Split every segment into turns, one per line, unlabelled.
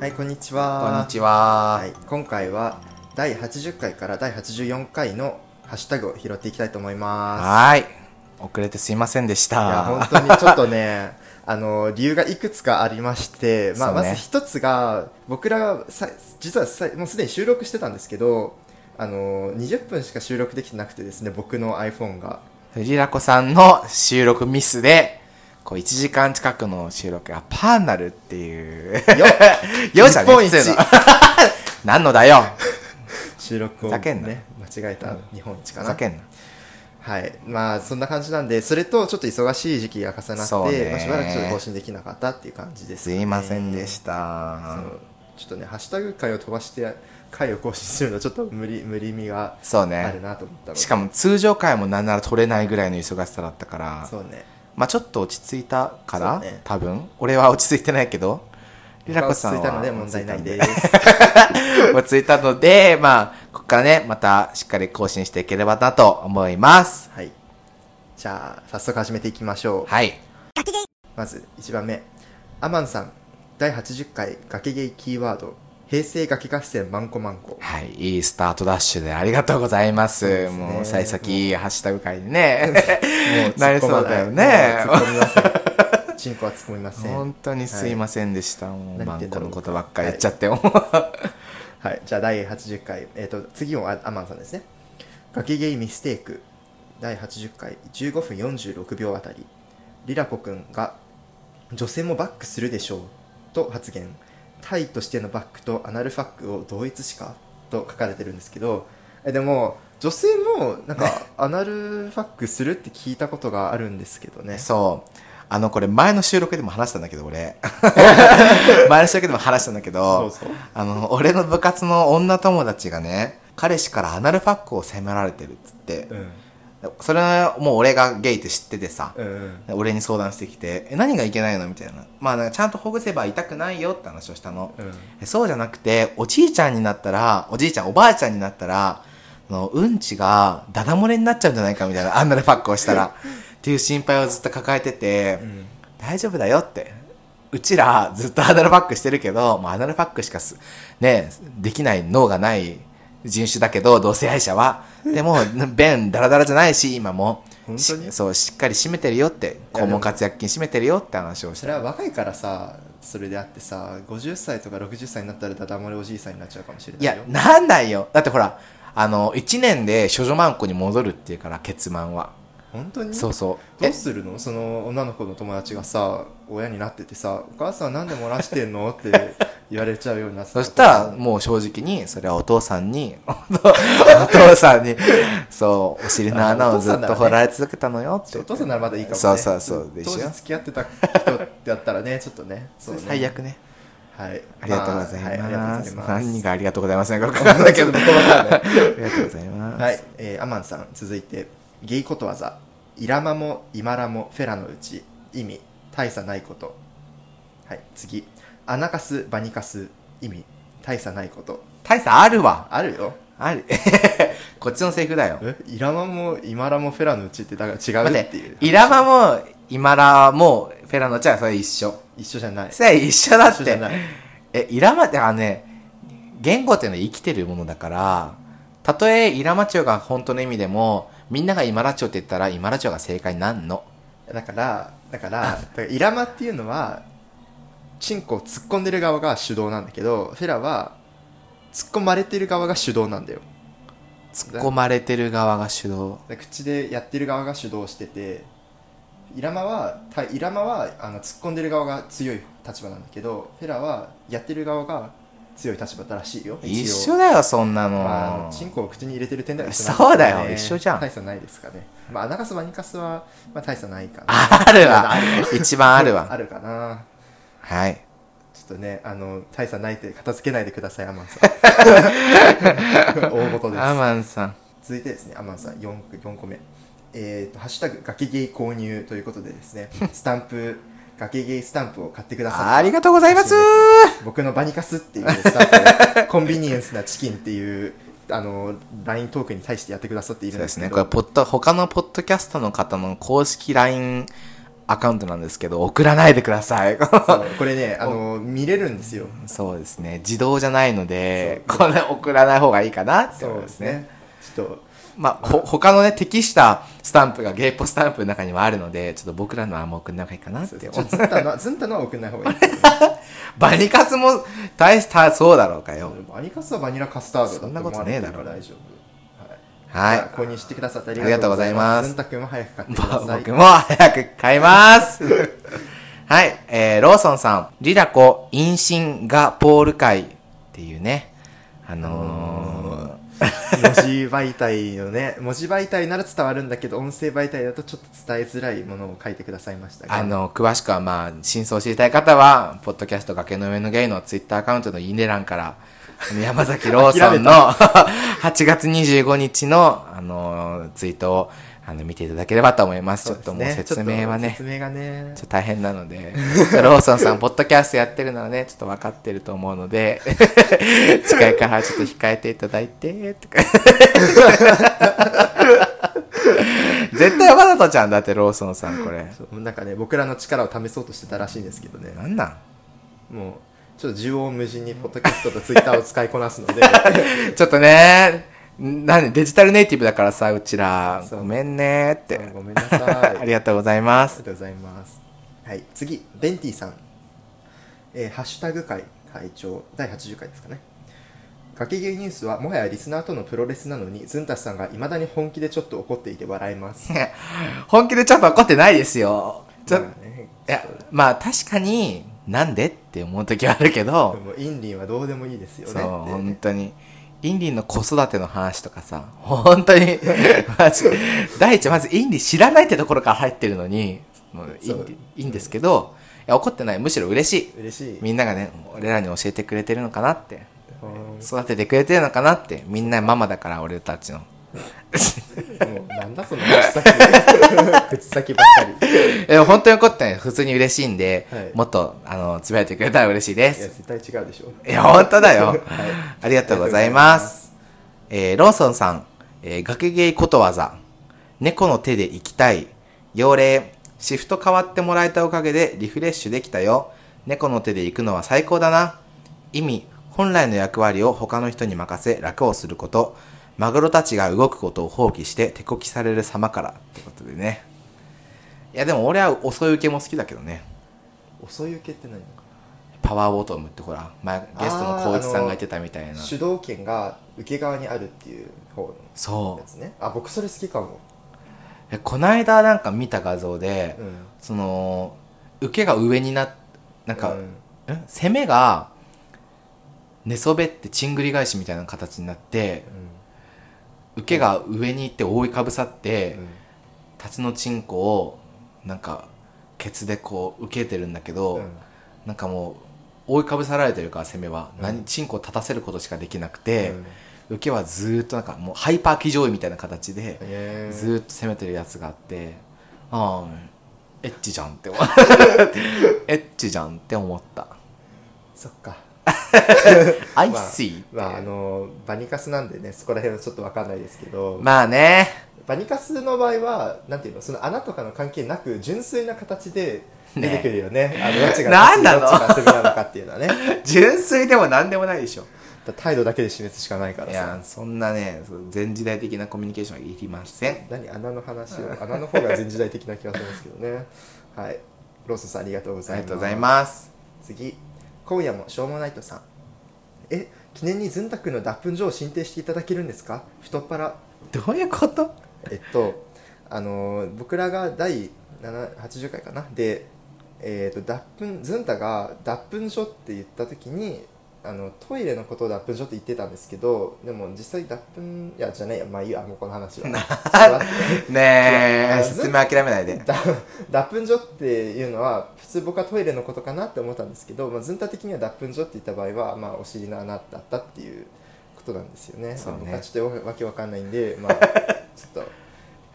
はいこんにちは
こんにちは、
はい、今回は第80回から第84回のハッシュタグを拾っていきたいと思いま
はーい遅れてすいませんでし
すいや
た
本当にちょっとね あの理由がいくつかありまして、まあ、
そ
ま
うね
ず一つが僕らはさ実はさもうすでに収録してたんですけどあの20分しか収録できてなくてですね僕の iPhone が
藤らこさんの収録ミスでこう1時間近くの収録がパーになるっていう
よ
よじゃね
日本
えっ
一
つうの何のだよ
収録を、
ふざけんな
ね、間違えた日本一か
ふ
な、
ざけんな
はいまあそんな感じなんでそれとちょっと忙しい時期が重なって、
そうね
まあしばらくちょっと更新できなかったっていう感じです
す
ね、
いませんでした、
そのちょっとねハッシュタグ回を飛ばして回を更新するのはちょっと無理無理味が
そう
ある
ね
なと思ったので、
しかも通常回もなんなら取れないぐらいの忙しさだったから
そうね
まあちょっと落ち着いたから、
そうね
多分俺は落ち着いてないけどリラコさん
僕
は
は落ち着いたので問題な
落ち着いたん
い
で
です
落ち着いたので、まあ、ここからね、またしっかり更新していければなと思います。
はいじゃあ早速始めていきましょう、
はい。
まず1番目アマンさん第80回崖ゲイキーワード平成崖合戦マンコマンコ
はい。いいスタートダッシュでありがとうございます。
そうですね
もう、幸先、ハッシュタグ会 にね。
も
なりそうだよね
突っ込みません。チンコは突っ込みません。
本当にすいませんでした。も
何
う、
言
マ
って
ン
んだ
コ
ろう
のことばっかり言っちゃって。
はい、じゃあ第80回、えっ、と、次もアアマンさんですね。崖ゲイミステイク、第80回、15分46秒あたり、リラコくんが、女性もバックするでしょう、と発言。タイとしてのバックとアナルファックを同一しかと書かれてるんですけど、えでも、女性も、なんか、 アナルファックするって聞いたことがあるんですけどね。
そう。あの、これ前の収録でも話したんだけ ど、俺。前の収録でも話したんだけど、
そうそう
あの、俺の部活の女友達がね、彼氏からアナルファックを責められてるっつって、
うん。
それはもう俺がゲイって知っててさ、
うんうん。
俺に相談してきて、え、何がいけないのみたいな。まあ、なんかちゃんとほぐせば痛くないよって話をしたの。
うん
えそうじゃなくて、おじいちゃんになったら、おじいちゃん、おばあちゃんになったら、あのうんちがダダ漏れになっちゃうんじゃないかみたいな、あんなでパックを したら。っていう心配をずっと抱えてて、
うん
大丈夫だよって。うちらずっとアナルパックしてるけど、まあ、アナルパックしかす、ね、できない脳がない人種だけど、同性愛者は。でも、便ダラダラじゃないし、今も。
本当に
しそう、しっかり締めてるよって、
やで
肛
も
門活躍筋締めてるよって話をし
そ
た。
れは若いからさそれであってさ50歳とか60歳になったらダダ漏れおじいさんになっちゃうかもしれ
い
ない
や
よ、
なんないよ。だってほら、あの、1年で処女マンコに戻るっていうから、血マンは。
本当に
そうそう。
ど
え
う、するのその女の子の友達がさ親になっててさ「お母さんなんで漏らしてんの?」って言われちゃうようになって
そしたら、もう正直に、それはお父さ んに、お父さんに、そう、お尻の穴をずっと掘られ続けたのよって。
お父さんならまだいいかもね
そうそうそうでしょ
当時付き合ってた人だったらねちょっとねそうね
最悪ね。
はい
ありがとうございます。
あはい、ありがとうございます
何がありがとうございますね、わかんない けど。ありがとうございます。
はい、えーアマンさん続いてゲイことわざイラマもイマラもフェラのうち意味大差ないことはい次アナカスバニカス意味大差ないこと
大差あるわ。
あるよ
ある。 こっちのセリフだよ。
えイラマもイマラもフェラのうちってだから違
待
う
っ
っていう
て、イラマも、イマラも、フェラノちゃん、それ一緒。
一緒じゃない
それ一緒だっ
一緒じゃ
て。
ない
え、イラマって、あのね、言語っていうのは生きてるものだから、たとえイラマ町が本当の意味でも、みんながイマラ町って言ったら、イマラ町が正解になんの。
だからだからだからイラマっていうのはチンコを突っ込んでる側が主導なんだけどフェラは突っ込まれてる側が主導なんだよ
突っ込まれてる側が主導。
で口でやってる側が主導しててイラマはたイラマはあの突っ込んでる側が強い立場なんだけどフェラはやってる側が強い立場だらしいよ
一
応
緒だよ、そんなの。
まああの、チンコを口に入れてる点では
そうだよ一緒じゃん
大差ないですかねまあ穴かすバニカスは、まあ、大差ないかな
ある わ
ある。
一番ある
あ
わ。
るかな
はい。
ちょっとねあの大差ないって片付けないでくださいアマン さん大事です
アマンさん。
続いてですねアマンさん 4, 4個目えっ、と「ハッシュタグガキゲイ購入」ということでですね スタンプガキゲイスタンプを買ってくださった
ありがとうございます
僕のバニカスっていうス タンプをコンビニエンスなチキンっていうあの LINE トークに対してやってくださっている
そうん
で
ですす
け
ね。
ど
これ、ポッド、他のポッドキャストの方の公式 LINE アカウントなんですけど、送らないでください。
そうこれねあの見れるんですよ
そうですね。自動じゃないので、これ送らない方がいいかなって
そ
思いうま
ですす
ね。
ねちょっと
まあ、ほ他のね、適したスタンプがゲイポスタンプの中にはあるので、ちょっと僕らのはあんま送んない方がいいかなっ
そう
て
ちょっ
思う
と。ずんたのはずんたのは送んない方 がいい
バニカスも大した、そうだろうかよ。
バニカスはバニラカスタードだ
そんなことねえだろ
と思われてるから
は
大丈夫は
い
い。購入してくださってあり
ありが
がと
とう
うご
ござ
ざ
い
い
ま
ますすずんたくんも早く買ってく ださい
僕も早く買います。はい、えーローソンさん、リラコインシンガポール会っていうね、あの
文字媒体のね 文字媒体なら伝わるんだけど音声媒体だとちょっと伝えづらいものを書いてくださいました
ー
が
あの、詳しくはまあ、真相を知りたい方は、ポッドキャスト崖の上のゲイのツイッターアカウントのいいね欄から、山崎ローソンの 8月25日の、あのーツイートをあの見ていただければと思います。
そ
ちょっ
で
と
すね
もう説明は
ちょっ
ね
と。説明がね
ちょっと大変な ので、ローソンさん、ポッドキャストやってるのはね、ちょっと分かってると思うので、 次回からちょっと控えていただいて、とか。絶対わざとちゃんだって、ローソンさん、これ。
そうなんかね僕らの力を試そうとしてたらしいんですけどね
なんなん
もうちょっと縦横無尽にポッドキャストとツイッターを使いこなすの で
ちょっとね、なんでデジタルネイティブだからさ、うちら、
そう
ごめんねって。
ごめんなさい
ありがとうござい
あ
ま
り
す
が。とうございます。はい、次、ベンティさん。えーハッシュタグ会会長、第80回ですかね。崖芸ニュースはもはやリスナーとのプロレスなのに、ズンタスさんがいまだに本気でちょっと怒っていて笑います。
本気でちょっと怒ってないですよ。 ちょ
まあね
いや、まあ確かに、なんでって思う時はあるけど、
もうインリンはどうでもいいですよね
そう、
って
本当に。インリンの子育ての話とかさ、本 当に、マジ第一、まずインリン知らないってところから入ってるのに、もういい
そうん
いいんですけど、いや怒ってない、むしろ嬉しい。
嬉しい。
みんながね、俺らに教えてくれてるのかなって、
ほん
育ててくれてるのかなって、みんなママだから、俺たちの。
もうなんだその口先。口先ばっかり。い
え本当に怒ってない、普通に嬉しいんで、
はい
もっと、あの、つぶやいてくれたら嬉しいで
や、
す。
絶対違うでしょ。
いや、本当だよ。
は
ありがとうございます。えーローソンさん、えー、崖ゲイことわざ、猫の手で行きたい、要令、シフト変わってもらえたおかげでリフレッシュできたよ、猫の手で行くのは最高だな、意味、本来の役割を他の人に任せ楽をすること、マグロたちが動くことを放棄して手こきされる様からってことでね。いやでも俺は遅い受けも好きだけどね。
遅い受けって何
パワーボトムってほら、前ゲストの光一さんが言ってたみたいな。
主導権が受け側にあるっていう方の
そ
や
う
つね。あ、僕それ好きかも。
えこないだなんか見た画像で、
うん。
その受けが上になっなんか、
うん
え攻めが寝そべってちんぐり返しみたいな形になって受けが上に行って覆いかぶさって、立ちのちんこをなんかケツでこう受けてるんだけど、
うん
なんかもう覆いかぶさられてるから攻めは、
うん
何チンコを立たせることしかできなくて、受けはずーっとなんかもうハイパー騎乗位みたいな形で、
え
ずーっと攻めてるやつがあってああエッチじゃんって 思うエッチじゃんって思った
そっか
「I see、
まああのバニカスなんでねそこら辺はちょっとわかんないですけど、
まあね
バニカスの場合はなんていうのその穴とかの関係なく純粋な形で出てくるよねあ のどっちが
なんなの
どっちが攻めなのかっていうのはねだか
純粋でも何でもないでしょ
ら態度だけで示すしかないから
い
さ
やそんなねそう全時代的なコミュニケーションはいりません
何穴の話を穴の方が全時代的な気がしますけどねはいローソンさんありがとうご
あ
ざ
り
いま
が
す
とうございます
次今夜もしょうもないとさんえ記念にずんたくんの脱粉所を進呈していただけるんですか太っ腹
どういうこと
えっとあのー僕らが第7 80回かなでえー、と脱粉ずんたが脱粉所って言った時にあのトイレのことを脱粉所って言ってたんですけどでも実際脱粉いやじゃないやまあいいやもうこの話はちょっと待って
ねえ
あず
説明諦めないで
だ脱粉所っていうのは普通僕はトイレのことかなって思ったんですけど、まあ、ずんた的には脱粉所って言った場合は、まあ、お尻の穴だったっていうことなんですよね
そうね
僕はちょっとよくわけわかんないんで、 まあ、ちょっ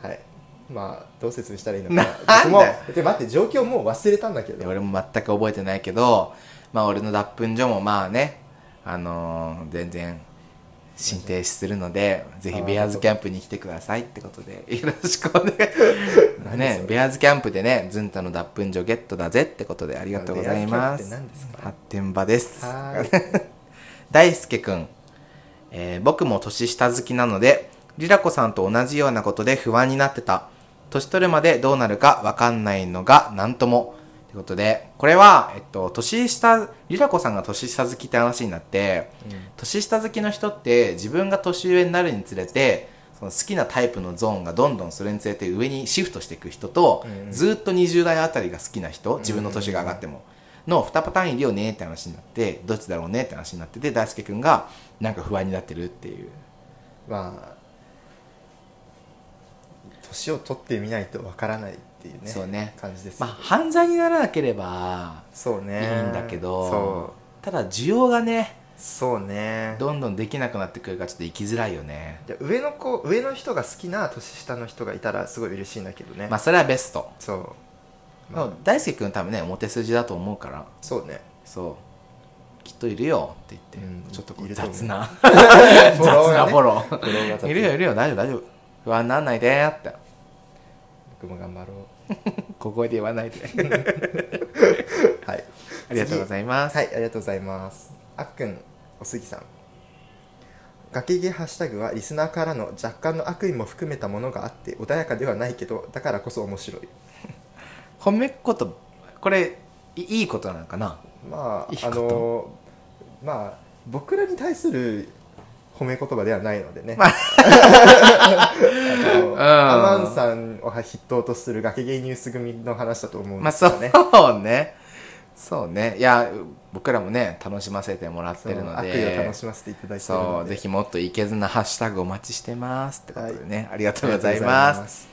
とはいまあどう説明したらいいのか
なんだ
僕もで待って状況もう忘れたんだけ
で
ど
俺も全く覚えてないけどまあ俺の脱粉所もまあねあのー全然進呈するのでぜひベアーズキャンプに来てくださいってことでよろしくお願い
何そ
ね
れ
ベアーズキャンプでねズンタの脱粉所ゲットだぜってことでありがとうございま
ベ
す
アーズキャンプって何ですか
発展場です
は
大輔くん、えー僕も年下好きなのでリラコさんと同じようなことで不安になってた年取るまでどうなるか分かんないのが何ともということでこれは、えっと、年下リラコさんが年下好きって話になって、年下好きの人って自分が年上になるにつれてその好きなタイプのゾーンがどんどんそれにつれて上にシフトしていく人と、
うんうん
ずーっと20代あたりが好きな人自分の年が上がっても、の2パターンいるよねって話になってどっちだろうねって話になってて大輔君がなんか不安になってるっていう
まあ年を取ってみないとわからないっていうね
そうね
感じです
まあ犯罪にならなければ
そう
いい
ね
んだけど、
そう
ただ需要がね
そうね
どんどんできなくなってくるからちょっと生きづらいよね
じゃあ上の子上の人が好きな年下の人がいたらすごい嬉しいんだけどね、
まあそれはベスト、
そう、
で
まあ
も大輔君多分ね表筋だと思うから
そうね
そうきっといるよって言って、
うん
ちょっとこ
いうると思う
雑 な
雑
雑なフォロ
フォローが雑
ーいるよいるよ大丈夫大丈夫不安なんないでーって
僕も頑張ろ
小声で言わない で
うはい
ありがとうござい
ま
ます、
はいありがとうございますあっくんおすぎさんガキゲハッシュタグはリスナーからの若干の悪意も含めたものがあって穏やかではないけどだからこそ面白い
褒め言葉これいいいことなのかな
まあ
いいこ
あ
と
のまあ僕らに対する褒め言葉ではないのでね、あの
うん
アマンさんを筆頭とする崖ゲイニュース組の話だと思うん
まあ
です
そ
よね、
うねそうねいや僕らもね楽しませてもらっ
そ
て
う
るの
悪意を
で
楽しませていただいている
そ
の
う
で
ぜひもっといけずなハッシュタグお待ちしてますってことでね、ありがと
あ
う
りがと
ござ
う
い
ござ
ま
い
す
ます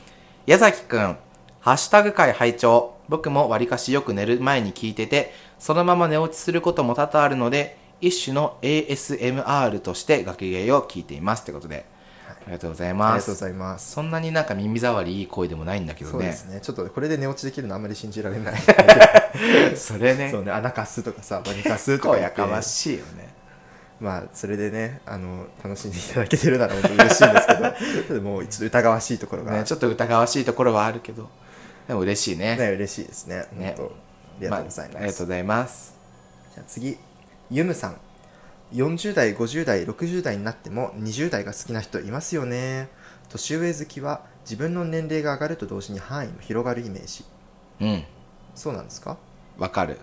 矢崎くん、ハッシュタグ会拝聴僕もわりかしよく寝る前に聞いてて、そのまま寝落ちすることも多々あるので、一種の ASMR として楽芸を聞いていますってことで、ありがとうござい
あり
ま
がとうご
す。
ざいます
そんなになんか耳障りいい声でもないんだけど
そうで
ね。
すねちょっとこれで寝落ちできるのあんまり信じられ ない
それね
そ、うね穴かすとかさバニかすとか
声
言っ
や
て
かましいよね。
まあそれでねあの楽しんでいただけてるなら本当に嬉しいんですけ どちょっともう一度疑わしいところが、
ねちょっと疑わしいところはあるけど、でも嬉しいね。
ね、嬉しいですね。
ね
本当ありがとうござい
あ
ま
ありがと
す。
うございます。
じゃあ次、ゆむさん。40代、50代、60代になっても20代が好きな人いますよね。年上好きは自分の年齢が上がると同時に範囲も広がるイメージ。
うん。
そうなんですか
わかる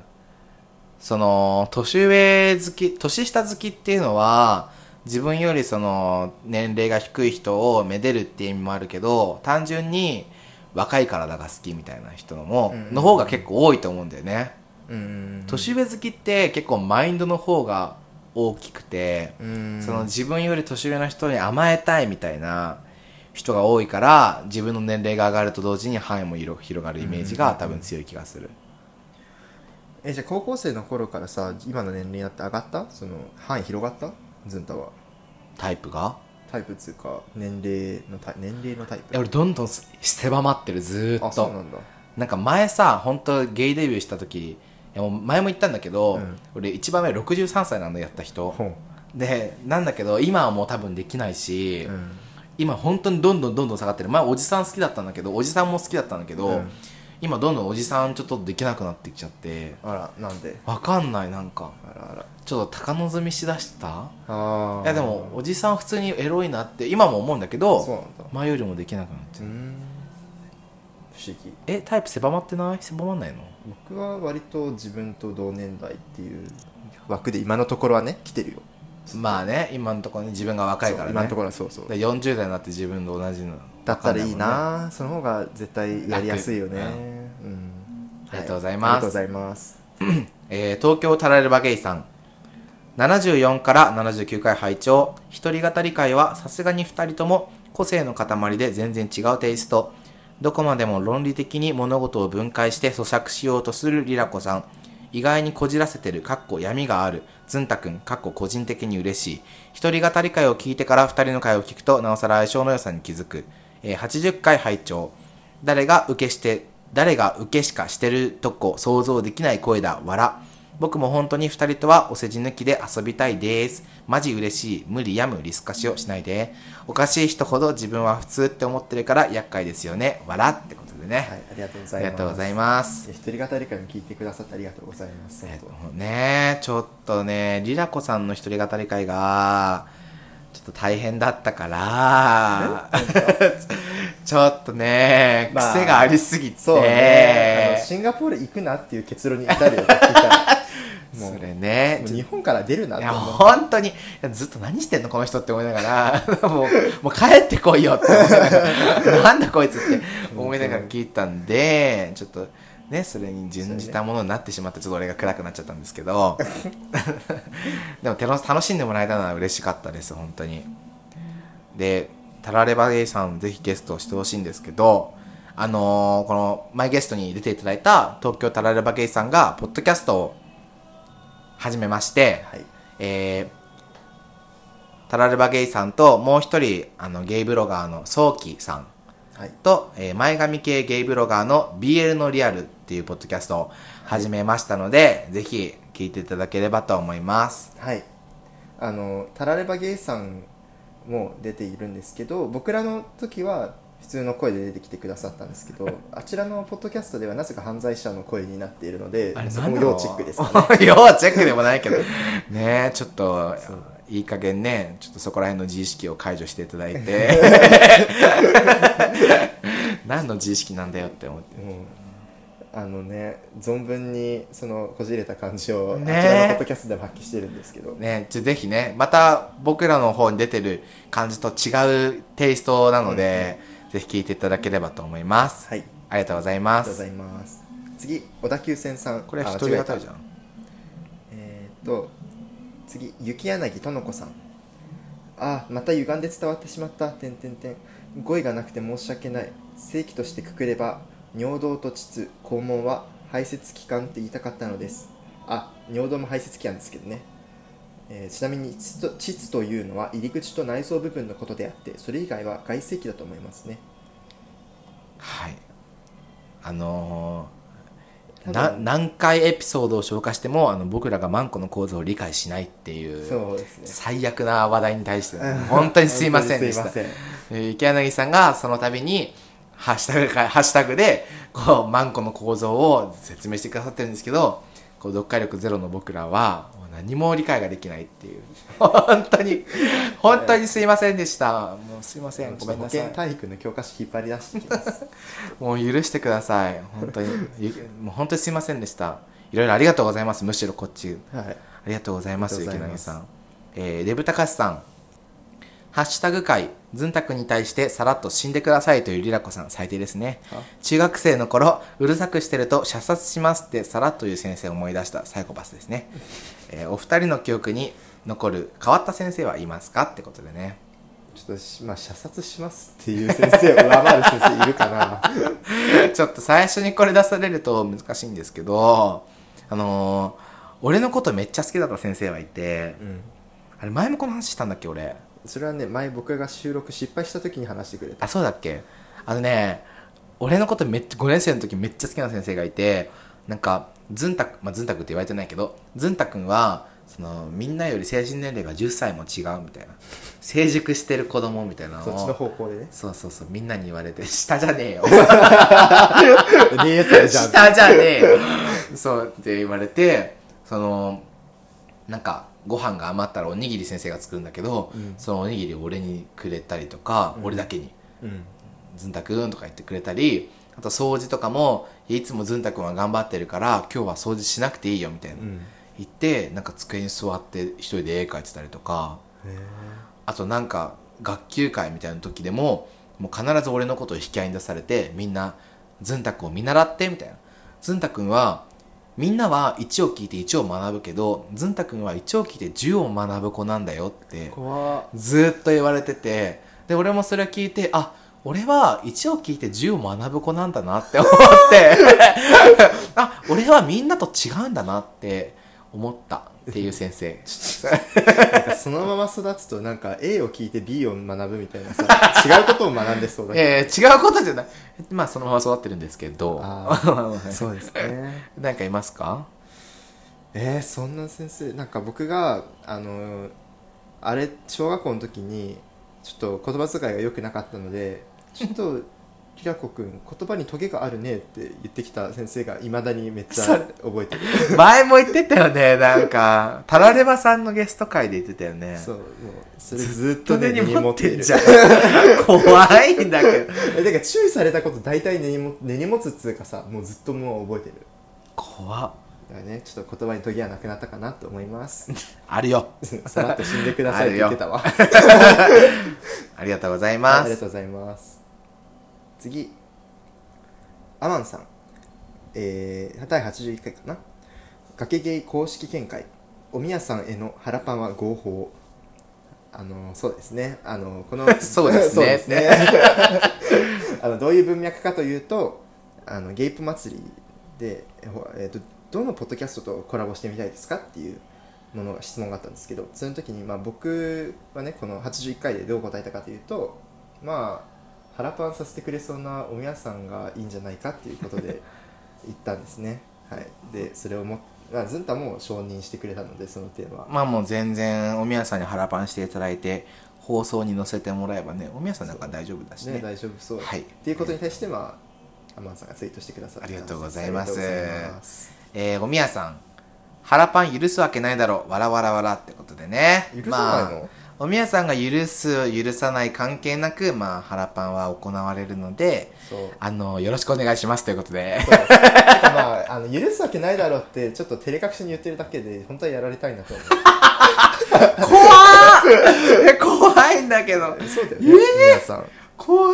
その年上好き年下好きっていうのは自分よりその年齢が低い人をめでるっていう意味もあるけど単純に若い体が好きみたいな人のも、
うんうんうん
の方が結構多いと思うんだよね、
うーん。
年上好きって結構マインドの方が大きくて、
うーん。
その自分より年上の人に甘えたいみたいな人が多いから自分の年齢が上がると同時に範囲も広広がるイメージが多分強い気がする、
え、じゃあ高校生の頃からさ、今の年齢になって上がったその範囲広がったずんたは。
タイプが
タイプっていうか、年齢のタイプ。年齢のタイ
いや
プ。
俺どんどんす狭まってるずー
あ、
っ
そう
とな
なんんだ。
か前さ本当ゲイデビューした時いやもう前も言ったんだけど、
うん
俺一番目63歳なのやった人
ほん。
でなんだけど今はもう多分できないし、
うん。
今本当にどんどんどんどん下がってる前おじさん好きだったんだけどおじさんも好きだったんだけど、
うん
今どんどんおじさんちょっとできなくなってきちゃって
あら、なんで
わかんないなんか
あらあら。
ちょっと高望みしだした
ああ
いやでもおじさん普通にエロいなって今も思うんだけど
そうなんだ
前よりもできなくなって
うーん不思議
えタイプ狭まってない狭まんないの
僕は割と自分と同年代っていう枠で今のところはね来てるよ
まあね今のところね自分が若いか
そう
らね
今のところはそうそう
で40代になって自分と同じの
だったらいい
わかんもんね
なその方が絶対やりやすいよね
楽
うん
ありがとうございます
はありがとうございます
えー東京タラレバゲイさん74から79回拝聴一人語り会はさすがに2人とも個性の塊で全然違うテイストどこまでも論理的に物事を分解して咀嚼しようとするリラコさん意外にこじらせてるかっこ闇があるずんたくんかっこ個人的に嬉しい一人語り会を聞いてから二人の会を聞くとなおさら相性の良さに気づく、えー80回拝聴誰が受けして誰が受けしかしてるとこ想像できない声だ笑僕も本当に二人とはお世辞抜きで遊びたいですマジ嬉しい無理やむリスカシをしないでおかしい人ほど自分は普通って思ってるから厄介ですよね笑ってことででね、
はい、ありがとうご
あ
ざい
り
ます。
がとうございます
え一人語り会も聞いてくださってありがとうございます。
えっ
本
とねちょっとねりらこさんの一人語り会がちょっと大変だったから ちょっとね、
まあ
癖がありすぎて
当そうね、あのシンガポール行くなっていう結論に至るよって聞いた らもう
それね
もう
ちょ
日本から出るないと
や
思う。
本当にずっと何してんのこの人って思いながら もうもう帰ってこいよって思いながら なんだこいつって思いながら聞いたんでちょっとねそれに準じたものになってしまってちょっと俺が暗くなっちゃったんですけど でもての楽しんでもらえたのは嬉しかったです本当にでタラレバゲイさんぜひゲストをしてほしいんですけどあのーこのマイゲストに出ていただいた東京タラレバゲイさんがポッドキャストを始めまして、
はい。
えータラレバゲイさんともう一人あのゲイブロガーのソーキさん
はい。
と、えー前髪系ゲイブロガーの BL のリアルっていうポッドキャストを始めましたので、ぜひ聞いていただければと思います。
はい。あの、タラレバゲイさんも出ているんですけど、僕らの時は普通の声で出てきてくださったんですけ ど、あちらのポッドキャストではなぜか犯罪者の声になっているので、そこも要チェックです かね。
ね。要チェックでもないけど、ねえちょっと、いい加減ね、ちょっとそこら辺の自意識を解除していただい て、何の自意識なんだよって思って。
うんあのね、存分にそのこじれた感じを、
ね
あちらのポッドキャストでも発揮してるんですけど、
ね、ちょぜひね、また僕らの方に出てる感じと違うテイストなので、ぜひ聞いていただければと思います。
はい、あり
ありがとうございま
がとうござ
す。
います。次、小田急線さん。
これ
あ
は一人
間違え
語
た
りじゃん。
えー、っと次雪柳との子さんあーまた歪んで伝わってしまった点点点語彙がなくて申し訳ない正規としてくくれば尿道と膣肛門は排泄器官って言いたかったのですあ尿道も排泄器官ですけどね、えーちなみに膣と膣というのは入り口と内臓部分のことであってそれ以外は外性器だと思いますね
はい。あのー
多分
な何回エピソードを消化してもあの僕らがマンコの構造を理解しないっていう
そうですね
最悪な話題に対して本当にすいませんでした
本当にすいま
えー池柳さんがその度にハッシュタグかハッシュタグでこうマンコの構造を説明してくださってるんですけどこう読解力ゼロの僕らはもう何も理解ができないっていう 本当に本当にすいませんでしたもうすいませ
せん
んご
ごめ
め
ん
んな
な
さ
さい
い
保健体育の教科書引っ張り出してき ます
もう許してください本当に ゆもう本当にすいませんでしたいろいろありがとうございますむしろこっち
はい
ありがとうございます、
ありが
池
とうございま
波
す
さん。えー、デブタカシさん。ハッシュタグ会、ズンタクに対してさらっと死んでくださいというリラコさん、最低ですね
あ。
中学生の頃、うるさくしてると射殺しますってさらっという先生を思い出したサイコパスですね。えーお二人の記憶に残る変わった先生はいますかってことでね。
ちょっとし、まあ、射殺しますっていう先生を上回る先生いるかな。
ちょっと最初にこれ出されると難しいんですけど、あのー俺のことめっちゃ好きだった先生はいて、
うん。
あれ前もこの話したんだっけ俺。
それはね、前僕が収録失敗した時に話してくれた。
あそうだっけあのね俺のことめっちゃ5年生の時めっちゃ好きな先生がいてなんかずんたくまあずんたくんって言われてないけどずんたくんはそのみんなより精神年齢が10歳も違うみたいな成熟してる子供みたいな
そっち
を。
の方向でね
そうそうそうみんなに言われて下じゃねえ よ
DS 歳じゃん。
下じゃねえよそうって言われてそのなんかご飯が余ったらおにぎり先生が作るんだけど、
うん
そのおにぎりを俺にくれたりとか、
うん
俺だけに
うん。
ずんたくんとか言ってくれたり、あと掃除とかも、いつもずんたくんは頑張ってるから、今日は掃除しなくていいよみたいな。
うん。
言って、なんか机に座って一人で絵描いてたりとか、
へ
あとなんか学級会みたいな時でも、もう必ず俺のことを引き合いに出されて、みんな、ずんたくんを見習ってみたいな。ずんたくんは、みんなは1を聞いて1を学ぶけど、ずんたくんは1を聞いて10を学ぶ子なんだよって
え。。怖っ
ずーっと言われててで俺もそれを聞いてあ俺は1を聞いて10を学ぶ子なんだなって思って あ俺はみんなと違うんだなって思ったっていう 先生
なんかそのまま育つと、なんか A を聞いて B を学ぶみたいなさ、違うことを学んでそうだけ
えー違うことじゃないまあそのまま育ってるんですけど
あど。 そうですね。
なんかいますか
えー、そんな先生なんか僕があのーあれ小学校の時にちょっと言葉遣いが良くなかったのでちょっとリラコ君言葉にトゲがあるねって言ってきた先生がいまだにめっちゃ
それ
覚えてる
前も言ってたよね、なんか。タラレバさんのゲスト会で言ってたよね。。
そううもうそれずっとね根に持ってる
じゃん。 怖いんだけど。
えだから注意されたこと大体根にも根に持つっつうかさもうずっともう覚えてる
怖っ。
だからねちょっと言葉にトゲはなくなったかなと思います
あるよ。
さらっと死んでくださいって言ってたわ
ありがとうござい
はい
ま
ありが
す。
とうございます次アマンさんえー、第81回かな崖ゲイ公式見解おみやさんへの腹パンは合法あのそうですねあのこの
そうです ね
そうですねあのどういう文脈かというとあのゲイプ祭りで、ほえー、とどのポッドキャストとコラボしてみたいですかっていうものが質問があったんですけどその時にまあ僕はねこの81回でどう答えたかというとまあ腹パンさせてくれそうなおみやさんがいいんじゃないかっていうこと で言ったんですねはいでそれをも、まあ、ずんたも承認してくれたのでそのテーマ
まあもう全然、おみやさんに腹パンしていただいて、放送に載せてもらえばね、おみやさんなんか大丈夫だし
ね
ね。
大丈夫そう、
はい
っていうことに対してまあアマンさんがツイートしてくださった
ありがとうございます
ありがとうございます
えー、おみやさん。腹パン許すわけないだろわらわらわらってことでね。
許さないの、
まあおみやさんが許す、許さない関係なく、まあ、腹パンは行われるので、
そう
あの、よろしくお願いしますということで。
そうてかまあ、あの許すわけないだろうってちょっと照れ隠しに言ってるだけで本当はやられたいなと思
怖っえ 怖いんだけど
うそうだよ
えー
ね、おみやさん
怖っ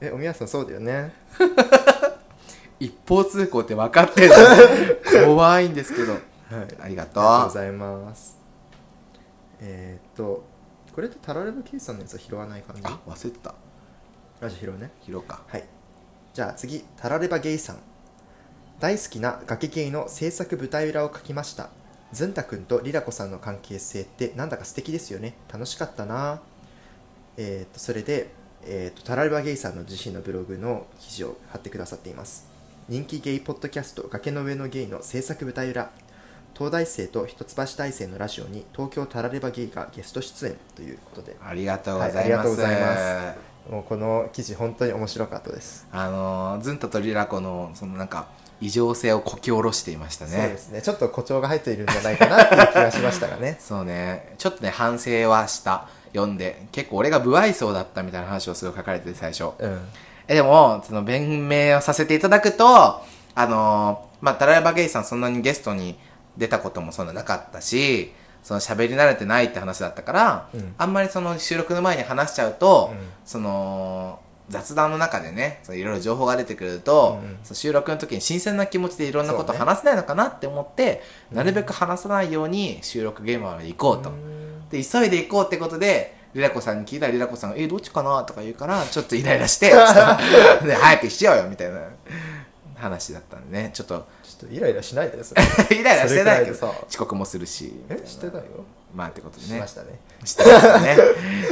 えおみやさんそうだよね
一方通行って分かってん の怖いんですけど。
はい
ありが
ありがとうご
とう。
ざいますえー、っとこれってタラレバケイさんのやつは拾わない感じ
あ、忘れてた。
あじゃあ拾うね
拾うか。
はいじゃあ次タラレバゲイさん大好きな崖ゲイの制作舞台裏を書きましたずんたくんとりらこさんの関係性ってなんだか素敵ですよね楽しかったなえっ、とそれで、えー、とタラレバゲイさんの自身のブログの記事を貼ってくださっています人気ゲイポッドキャスト崖の上のゲイの制作舞台裏東大生と一橋大生のラジオに東京タラレバゲイがゲスト出演ということで
ありがとうございます。
はいありがとうございまもうこの記事本当に面白かったです
あのー、ズンタとリラコの、そのなんか、異常性をこき下ろしていましたね。
そうですねちょっと誇張が入っているんじゃないかなっていう気がしましたが ね
そうね、ちょっとね、反省はした。読んで。結構俺が不愛想だったみたいな話をすごい書かれてて、最初。
うん
え、でも、その弁明をさせていただくと、あのーまあ、タラヤバゲイさんそんなにゲストに出たこともそんななかったし、その喋り慣れてないって話だったから、
うん
あんまりその収録の前に話しちゃうと、
うん
その、雑談の中でね、そのいろいろ情報が出てくると、
うんうん
その収録の時に新鮮な気持ちでいろんなこと
そうね
話せないのかなって思って、なるべく話さないように収録現場まで行こうと。で急いで行こうってことでリラコさんに聞いたらリラコさんが「えどっちかな?」とか言うからちょっとイライ ラしてで早くしようよみたいな話だったんでねちょ っと
ちょっとイライラしないでそれ
イライラしてないけど
それくらいでさ
遅刻もするし
えしてないよ
まあってことで
し
ね
ましたね
してましたね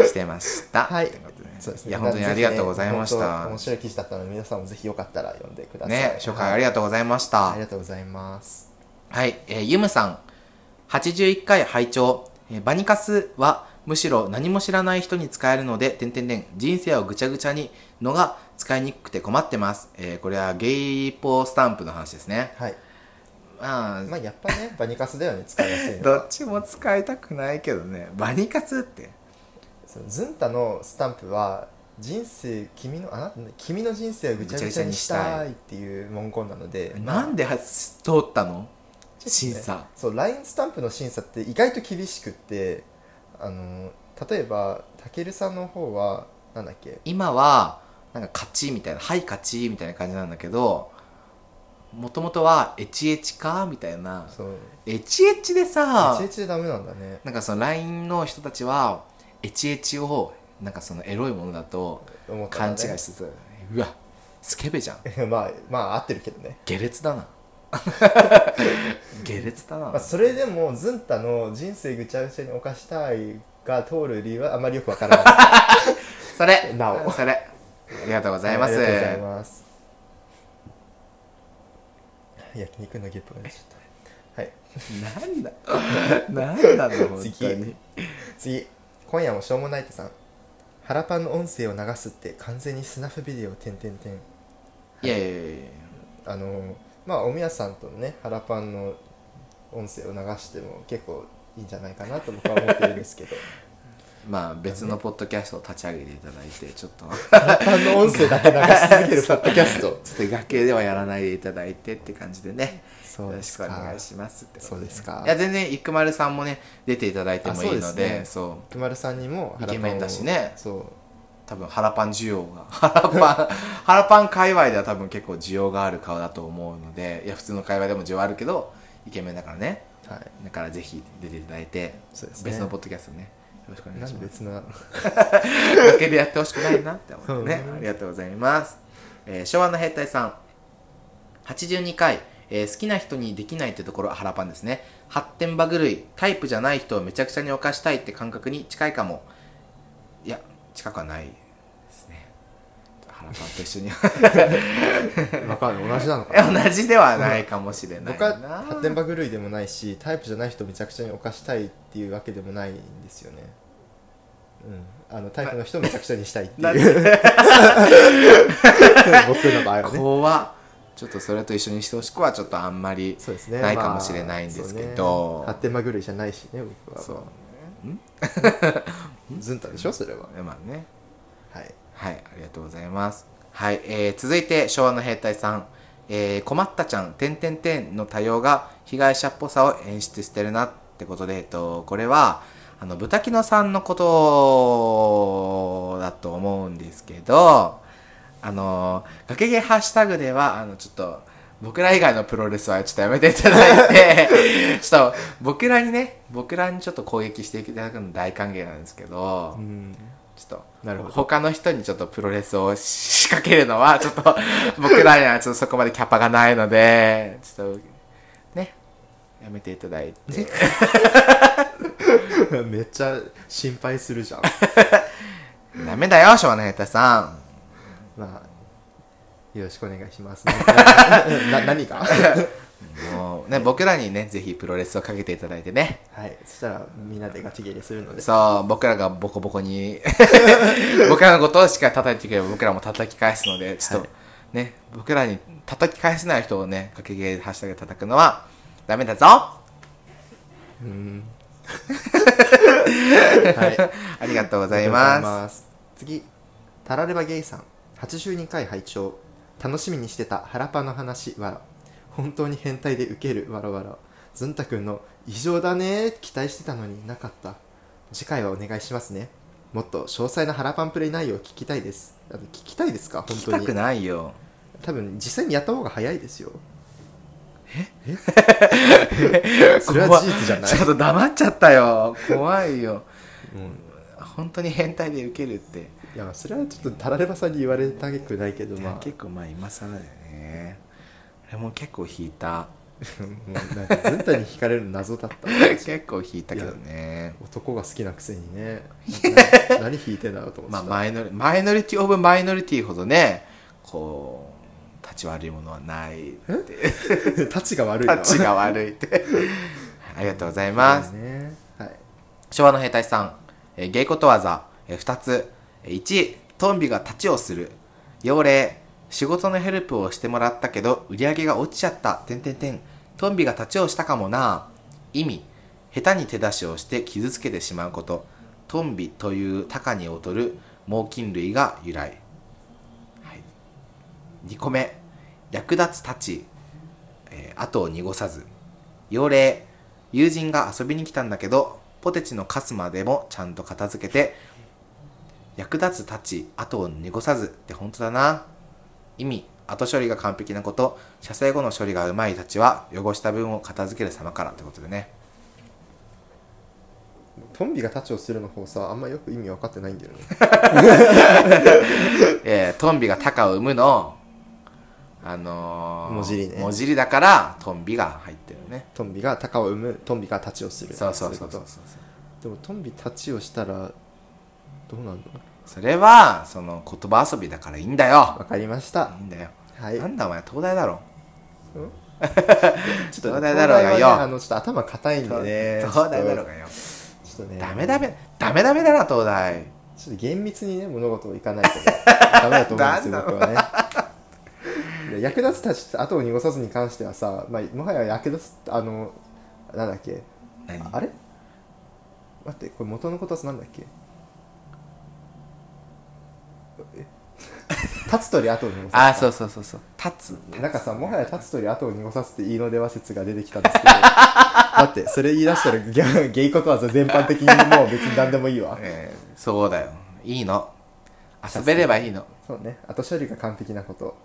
してまし た
はい
ということでね
そうですね
いや本当にありがとうございまし
なのでぜひね本当
た
面白い記事だったので皆さんもぜひよかったら読んでください
ね紹介あり
がと
がとうございました、
ありがとうございます
はい、えーゆむさん、81回拝聴、えーバニカスはむしろ何も知らない人に使えるので、点々点、人生をぐちゃぐちゃにのが使いにくくて困ってます。えーこれはゲイポスタンプの話ですね。
はい
まあ、
まあやっぱねバニカスだよね使いやすいの
ど
は
っちも使いたくないけどね、バニカスって。
そのズンタのスタンプは人生君のあな君の人生をぐちゃぐちゃにしたいっていう文言なのでまあ
なんでは通ったの審査。
そう LINE スタンプの審査って意外と厳しくってあの例えばたけるさんの方はなんだっけ
今はなんか勝ちみたいな「はい勝ち」みたいな感じなんだけどもともとは「エチエチか?」みたいな
そう
「エチエチ」でさ
h でダメなんだね
なんかその LINE の人たちは「エチエチ」をなんかそのエロいものだと
思った
勘
ら
違い
ね
しつつ、うわスケベじゃん
まあまあ合ってるけどね、
下 劣だな下劣だ
まあ、
な
それでもズンタの人生ぐちゃぐちゃに犯したいが通る理由はあまりよくわから ない
それ
なお
それありがとうございます
ありがとうございます焼肉のゲップが出ちゃったはい
なんだなんだろう本当
次
に
次今夜もしょうもないとさん腹パンの音声を流すって完全にスナフビデオ点点点
いやいやいやいや
あのまあおみやさんとのね腹パンの音声を流しても結構いいんじゃないかなと僕は思ってるんです けど
まあ別のポッドキャストを立ち上げていただいてち ょっと
腹パンの音声だけ流し続けるポッドキャスト
ちょっと崖ではやらないでいただいてって感じでね
そ
よろしくお願いしますってこと
そうですか
いや全然育丸さんもね出ていただいてもいいので
あそ
そうう
ですねくまるさんにも
イケメンだしね
そう
多分腹パン需要が 腹パン腹パン界隈では多分結構需要がある顔だと思うのでいや普通の界隈でも需要あるけどイケメンだからね
はい
だからぜひ出ていただいて
そうですね
別のポッドキャストねよろしくお願い
な
し
んで
ます
別な
だけでやってほしくないなって思ってね
うん
ありがとうございます、えー昭和の兵隊さん82回、えー好きな人にできないってところは腹パンですね発展場狂いタイプじゃない人をめちゃくちゃに犯したいって感覚に近いかもいや近くはないですね腹パンと一緒 には
分かんない同じなのか な
同じではないかもしれない
僕は
な
発展場狂いでもないしタイプじゃない人をめちゃくちゃに犯したいっていうわけでもないんですよねうんあのタイプの人をめちゃくちゃにしたいって
なん
いう 僕の場合はね
怖っちょっとそれと一緒にしてほしくはちょっとあんまり
そうですね
ないかもしれないんですけど
まあそうね発展場狂いじゃないしね僕は
そう
ずんたでしょそれは
まあね
はい
はい、ありがとうございます。はい、えー続いて昭和の兵隊さん。えー困ったちゃん、てんてんてんの多様が被害者っぽさを演出してるなってことで、えっと、これは、あの、豚キノさんのことだと思うんですけど、あの、崖ゲハッシュタグでは、あの、ちょっと、僕ら以外のプロレスはちょっとやめていただいて、 ちょっと、僕らにね、僕らにちょっと攻撃していただくの大歓迎なんですけど、
うん
ちょっと、
なるほど
他の人にちょっとプロレスを仕掛けるのは、ちょっと、 僕らにはちょっとそこまでキャパがないので、ちょっと、ね、やめていただい て。
めっちゃ心配するじゃん
ダメだよ、昭和のヘタさん。
まあよろしくお願いします、 ね、な何が
もう、ね、僕らにね、ぜひプロレスをかけていただいてね。
はいそしたらみんなでガチ切れするので
そう、僕らがボコボコに、 僕らのことをしっかり叩いていければ、僕らも叩き返すので、ちょっと、ね、僕らに叩き返せない人をね、かけ芸ハッシュタグで叩くのは、ダメだぞ
うんはい
ありがとうご
あ
ざ
りがとうござ
い
い
ます。
ます次タラレバゲイさん82回拝聴楽しみにしてた腹パの話わら本当に変態でウケるわらわらずんたくんの異常だね期待してたのになかった次回はお願いしますねもっと詳細な腹パンプレイ内容を聞きたいですあの聞きたいですか本
聞き
当
た
に
くないよ。
多分実際にやった方が早いですよそ
そ
れは事実じゃない
ちょっと黙っちゃったよ。怖いよ。
うん
本当に変態でウケるって。
いやそれはちょっとタラレバさんに言われたくないけどまあ
結構まあ今更だよね。俺も結構引いた。
もうなんかずんたに惹かれるの謎だっ た
結構引いたけどね。
男が好きなくせにねな何弾いてんだろうと思って
ま
た、
あマイノリ、マイノリティオブマイノリティほどね、こう、立ち悪いものはないって。
タチが悪いな
立ちが悪いって。 ありがとうございます。
ねはい
昭和の兵隊さん、えー芸ことわざ、えー2つ、えー1、トンビが立ちをする。要例、仕事のヘルプをしてもらったけど、売り上げが落ちちゃった。てんてんてん。トンビが立ちをしたかもな。意味、下手に手出しをして傷つけてしまうこと。トンビという鷹に劣る猛禽類が由来。はい、2個目、略奪立ち。えー後を濁さず。要例、友人が遊びに来たんだけど、ポテチのカスまでもちゃんと片付けて、役立つ立ち、後を濁さずって本当だな。意味、後処理が完璧なこと、射精後の処理がうまいたちは、汚した分を片付ける様からってことでね。
トンビがタチをするの方さあんまよく意味分かってないんだよね
えートンビが鷹を生むの、あのー、
もじりね
もじりだから、トンビが入ってるね。
トンビが鷹を産むトンビがタチをする
そうそうそう
い
そう
こ
そう。
とでもトンビタチをしたらどうなんだろ
それは、その言葉遊びだからいいんだ
う
よ。
わかりました
いいんだよ。
はい
なんだお前、東大だろ。
ち
東大だろうがよ
東大はねあのちょっと頭硬いんでね
東大だろう
ちょっ
がよ。
とちょっとね
ダメダメ、ダメダメだな、東大。
ちょっと厳密にね物事をいかないとねダメだと思うんですよ
なんだろ
僕はねで役立つたち後を濁さずに関してはさ、まあ、もはや役立つあのなんだっけ
何
あれ待ってこれ元のことはなんだっけえ 立つ鳥後を濁さず
ああそうそうそうそう立つ
なんかさ、もはや立つ鳥後を濁させて言いの出は説が出てきたんですけど、だって、それ言い出したら ゲイゲイことわざ全般的にもう別に何でもいいわ。
えーそうだよいいの遊べればいいの
そうね、後処理が完璧なこと。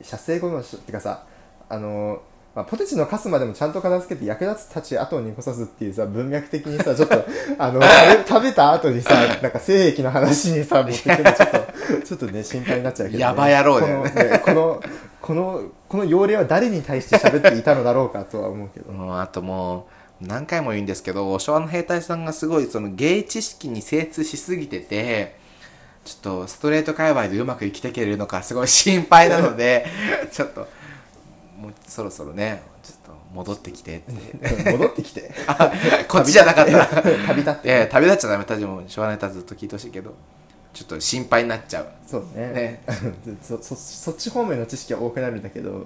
射精後のし、ってかさ、あのーまあ、ポテチのカスまでもちゃんと片付けて役立つたち後を濁さずっていうさ、文脈的 にさ、ちょっと、あの、食べ食べた後にさ、なんか性癖の話にさ、持ってくるのちょっ と、ちょっとね、心配になっちゃうけど、
やば野郎だよね
この、ねこの、この、この要領は誰に対して喋っていたのだろうかとは思うけど。
もうあともう何回も言うんですけど昭和の兵隊さんがすごいその芸知識に精通しすぎててちょっとストレート界隈でうまく生きていけるのかすごい心配なの でちょっともうそろそろねちょっと戻ってきてって
戻ってき て。
あこっちじゃなかった
旅立っ
い
て。
やいや旅立っちゃダメ私も昭和の兵隊ずっと聞いてほしいけどちょっと心配になっちゃう
そうね
ね
そそそっち方面の知識は多くなるんだけど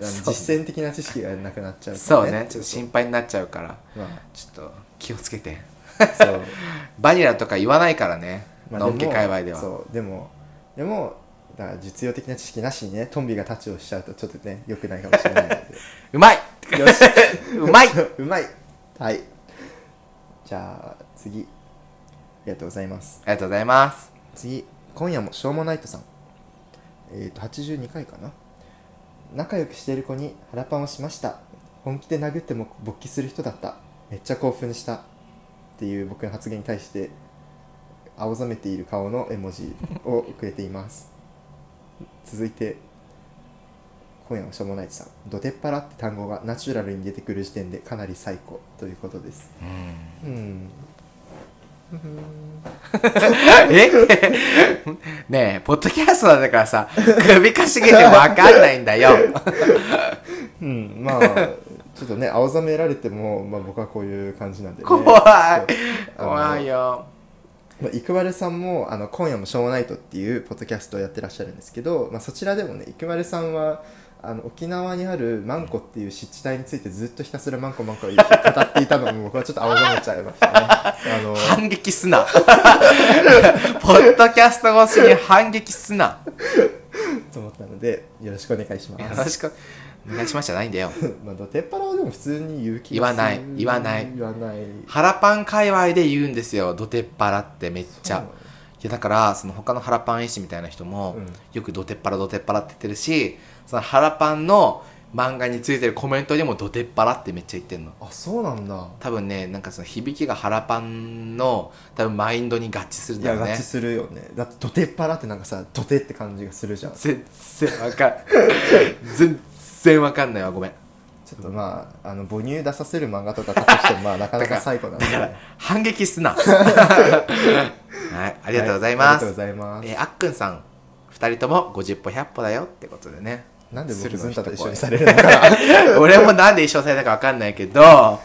あの
そう
実践的な知識がなくなっちゃうから
そうねちょっと心配になっちゃうから
ま
ちょっと気をつけて
あそう、
バニラとか言わないからね、
まあ
のんけ界隈では
そうでもでもだから実用的な知識なしにねトンビがタッチをしちゃうとちょっとね良くないかもしれないので
うまい
よし
う まいう
まいはいじゃあ次ありがとうございます
ありがとうございます。
次今夜もしょうもないとさんえっ、ー、と82回かな仲良くしている子に腹パンをしました本気で殴っても勃起する人だっためっちゃ興奮したっていう僕の発言に対して青ざめている顔の絵文字をくれています続いて今夜もしょうもないとさん「どてっぱら」って単語がナチュラルに出てくる時点でかなり最高ということです
うん、
うん
え ねえ、ポッドキャストなんだからさ、首かしげてわかんないん だよ。
うん、 まあちょっとね青ざめられても、まあ、僕はこういう感じなんで、ね、
怖い
ちょっ。とあの
怖いよ。
まあ、いくわるさんもあの「今夜もしょうもないと」っていうポッドキャストをやってらっしゃるんですけど、まあ、そちらでもねいくわるさんはあの沖縄にあるマンコっていう湿地帯についてずっとひたすらマンコマンコ語っていたのも僕はちょっと青ざめちゃいましたね あの
反撃すな。 ポッドキャスト越しに反撃すな。
と思ったのでよろしくお願いし
よ
ま
ろ
す
しく。お願いしましたないんだよ。
まあどてっぱらはでも普通に言う気
言
が
わ
する
ない言わない
言わない
腹パン界隈で言うんですよ。ドテッパラってめっちゃ。いやだからその他の腹パン絵師みたいな人も、
うん
よくドテッパラドテッパラって言ってるしその腹パンの漫画についてるコメントでもドテッパラってめっちゃ言ってんの
あそうなんだ
多分ねなんかその響きが腹パンの多分マインドに合致するん
い
だ
や、
よ
合
ね
致するよね。だって、土手っ腹ってなんかさ、土手って感じがするじゃん。ち
全然わかん 全然わかんないわごめん
ょっとまあ、あの、母乳出させる漫画とかだとしても、まあ、なかな
だか
から最後なんで。
だから
はい
反撃 すなはいあ
あ
りがとうございま
りが
す、
とうございます。
えーあっくんさん2人とも50歩100歩だよってことでね
なんで僕、
鶴
ズ
の
ン
一
タと
声
一緒にされるの か。
俺もなんで一生されたかわかんないけど、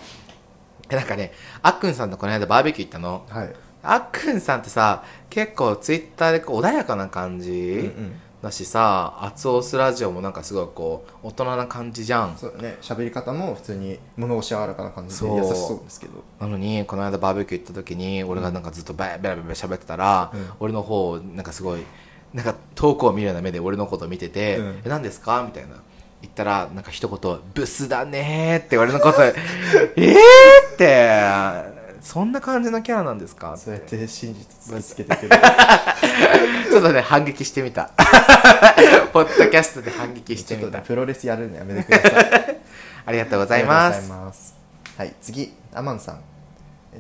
なんかね、あっくんさんとこの間バーベキュー行ったの。
はい。
あっくんさんってさ、結構ツイッターでこう穏やかな感
うんう
じ
ん。
だしさ、アツオスラジオもなんかすごいこう、大人な感じじゃん。
そうだね。喋り方も普通に物腰柔らかな感じで
そう
優しそうですけど。
なのに、この間バーベキュー行った時に、俺がなんかずっとベラベラベラ喋ってたら、
うん
俺の方をなんかすごい、なんか遠くを見るような目で俺のこと見てて、
うん
え、何ですかみたいな。言ったら、なんか一言、ブスだねーって俺 のこと、えーって、そんな感じのキャラなんですか
そうやって真実突きつけ てくる。
ちょっとね、反撃して みた。ポッドキャストで反撃し
ち
て
ょっと
み
ね
た。
プロレスやるのやめてください。
ありがとうございま
ありがとうご
す。
ざいます。はい、次、アマンさん。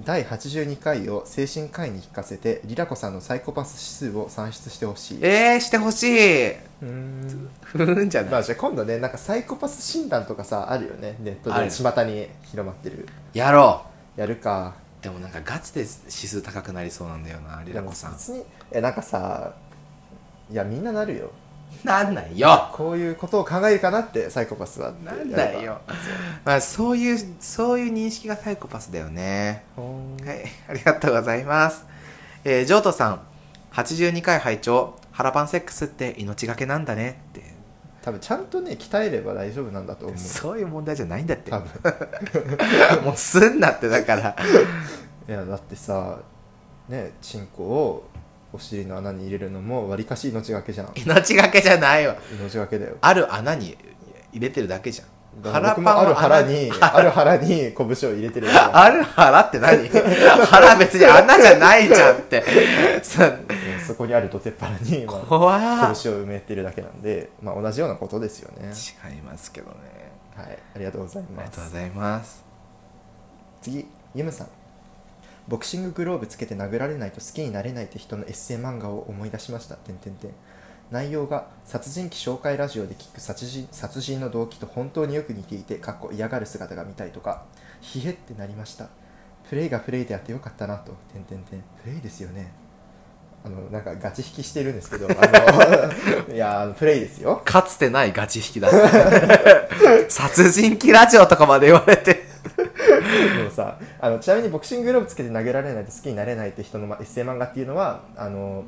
第82回を精神科医に聞かせて、リラコさんのサイコパス指数を算出してほしい。
えー、してほしい。
うーん。
ふーんじゃ
ま
ない。
あ、じゃあ今度ね、なんかサイコパス診断とかさ、あるよね。ネット
あ
で
る
巷に広まってる。
やろ
やるか。
う。でもなんかガチで指数高くなりそうなんだよな、リラコさ
でも。
ん
別に、え、なんかさ、いや、みんななるよ。
なんないよ。
こういうことを考えるかなって、サイコパスは。
なんだよ。まあそういう、そういう認識がサイコパスだよね。
ほーん。
はい、ありがとうございます。えー、ジョートさん。 82回拝聴腹パンセックスって命がけなんだねって
多分ちゃんとね鍛えれば大丈夫なんだと思う
そういう問題じゃないんだって
多分
もうすんなってだ から
いやだってさねチンコをお尻の穴に入れるのもわりかし命がけじゃん
命がけじゃないわ
命がけだよ
ある穴に入れてるだけじゃん
だから僕もある腹にある腹に拳を入れてるから
ある腹って何腹別に穴じゃないじゃんってさ
うんそこにあるドテっ腹に、まあ、
怖
拳を
っ
埋めてるだけなんで、まあ、同じようなことですよね
違いますけどね
はいありがとうござい
あり
ま
がとうご
す
ざいます
次ユムさんボクシンググローブつけて殴られないと好きになれないって人のエッセイ漫画を思い出しましたてんてんてん内容が殺人鬼紹介ラジオで聞く殺人殺人の動機と本当によく似ていてかっこ嫌がる姿が見たいとかひえってなりましたプレイがプレイであってよかったなとてんてんてんプレイですよねあのなんかガチ引きしてるんですけどあの いやープレイですよ
かつてないガチ引きだった 殺人鬼ラジオとかまで言われて
でもさあのちなみにボクシンググローブつけて投げられないと好きになれないって人の、ま、エッセイ漫画っていうのはあの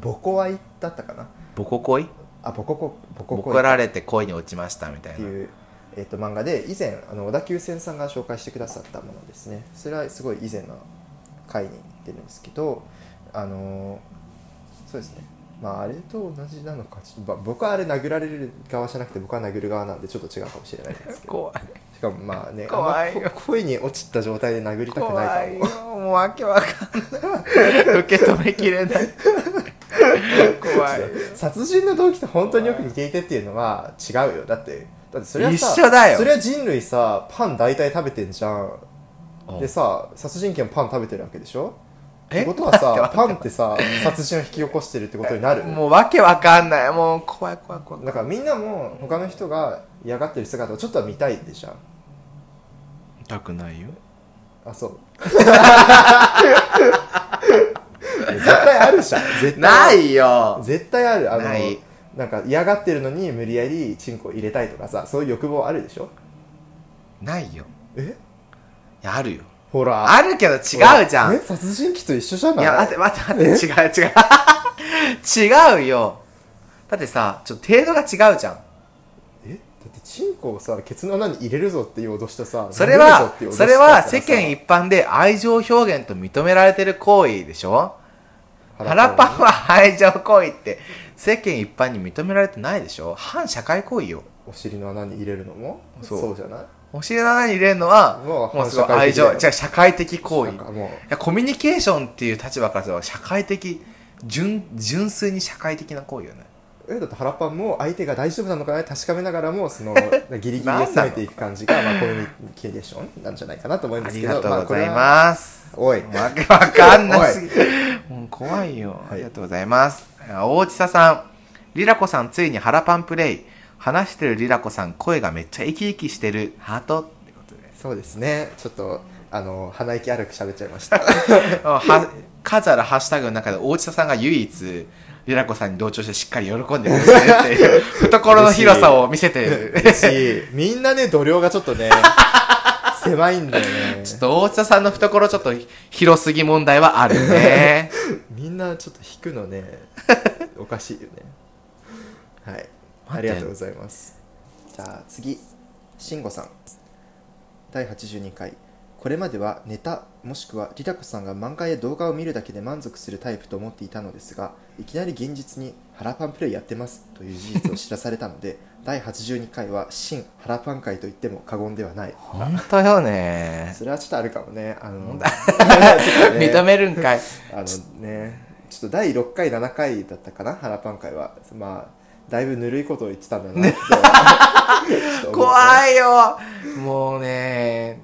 ボコアイだったかな
ボコ恋
あボココボコ
ボ
コ
コ
イっ
られて恋に落ちましたみたい
て
な
いう、えっと漫画で以前あの小田急線さんが紹介してくださったものですねそれはすごい以前の回に出るんですけどあのそうですねまああれと同じなのかちょっとば僕はあれ殴られる側じゃなくて僕は殴る側なんでちょっと違うかもしれないですけど
怖い
しかもまあね
怖いよ
あんまこ恋に落ちた状態で殴りたくないか
怖
も
いよもうわけわかんない受け止めきれない怖い
殺人の動機と本当によく似ていてっていうのは違うよだってだってそれはさ
一緒だよ
それは人類さパン大体食べてんじゃんでさ殺人鬼もパン食べてるわけでしょってことはさパンってさ殺人を引き起こしてるってことになる
もうわけわかんないもう怖い怖い怖い
だからみんなも他の人が嫌がってる姿をちょっとは見たいでしょ
痛くないよ
あそう 絶対あるじゃん絶対あ
な
る
いよ
絶対あるあの
ない
なんか嫌がってるのに無理やりチンコ入れたいとかさそういう欲望あるでしょ
ないよ
え
いやあるよ
ほら
あるけど違うじゃん
え殺人鬼と一緒じゃない
いや待って待って待って違う違う 違うよだってさちょっと程度が違うじゃん
えだってチンコをさケツの穴に入れるぞっていう脅したさ
それ
殴るぞ
は
っていう脅し
それは
だ
世
ったらさ
間一般で愛情表現と認められてる行為でしょ腹
パ
パンは愛情行為って世間一般に認められてないでしょ反社会行為よ
ンお尻の穴に入れるのも
そ
そううじゃない
教えの中に入れるのは
もう
もうすごい
反
愛
社会的だよ
情違う社会的行為
なんかも
いやコミュニケーションっていう立場からすれば社会的純純粋に社会的な行為よね
うえだって腹パンも相手が大丈夫なのかな確かめながらも そのギリギリで攻めていく感じがまあコミュニケーションなんじゃないかなと思うん
あ
です
り
け
が
ど
とうござい
まあ
ます、
これはおい
わけわかんなすぎもう怖いよ、ありがとうございますあ大地佐さんリラコさんついに腹パンプレイ話してるリラコさん声がめっちゃ生き生きしてるハートってことで
そうですねちょっとあの鼻息荒く喋っちゃいました
は数あるハッシュタグの中で大地さんが唯一りらこさんに同調してしっかり喜んでくれてるって いう懐の広さを見せてる
嬉しいみんなね度量がちょっと ね狭いんだよね
ちょっと大地さんの懐ちょっと広すぎ問題はある ね
みんなちょっと引くのねおかしいよねはい
待って
ありがとうございますじゃあ次慎吾さん第82回これまではネタもしくはリラコさんが漫画や動画を見るだけで満足するタイプと思っていたのですがいきなり現実に「腹パンプレイやってます」という事実を知らされたので第82回は「新腹パン会」と言っても過言ではない
本当よね
それはちょっとあるかもねあの
認めるんかい
あのね、ちょっと第6回、7回だったかな、腹パン会は。まあ、だいぶぬるいことを言ってたんだなって。い
怖いよもうね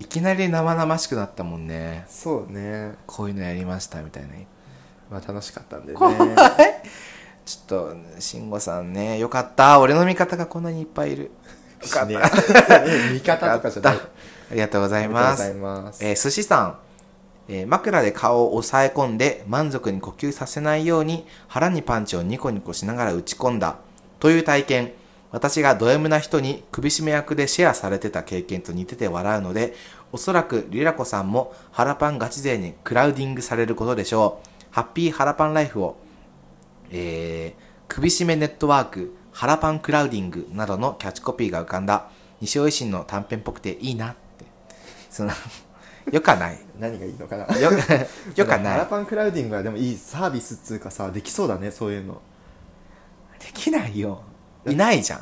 いきなり生々しくなったもんね
そうね。
こういうのやりましたみたいな
まあ、楽しかったんでね。
怖いちょっと慎吾さんねよかった俺の味方がこんなにいっぱいいるよ かった
ね味方とかじゃない。
ありがとうござ
あ
い
りがとう
ま
ござい
す。
ます。
えー寿司さん、えー枕で顔を押さえ込んで満足に呼吸させないように腹にパンチをニコニコしながら打ち込んだという体験。私がド M な人に首絞め役でシェアされてた経験と似てて笑うので、おそらくリラコさんも腹パンガチ勢にクラウディングされることでしょう。ハッピーハラパンライフを、えー、首絞めネットワーク、ハラパンクラウディングなどのキャッチコピーが浮かんだ、西尾維新の短編っぽくていいなって。その、よかない。
何がいいのかな
よ、よかな
ハ
い
ラ。パンクラウディングはでもいいサービスっつうかさできそうだねそういうの
できないよ。いないじゃん。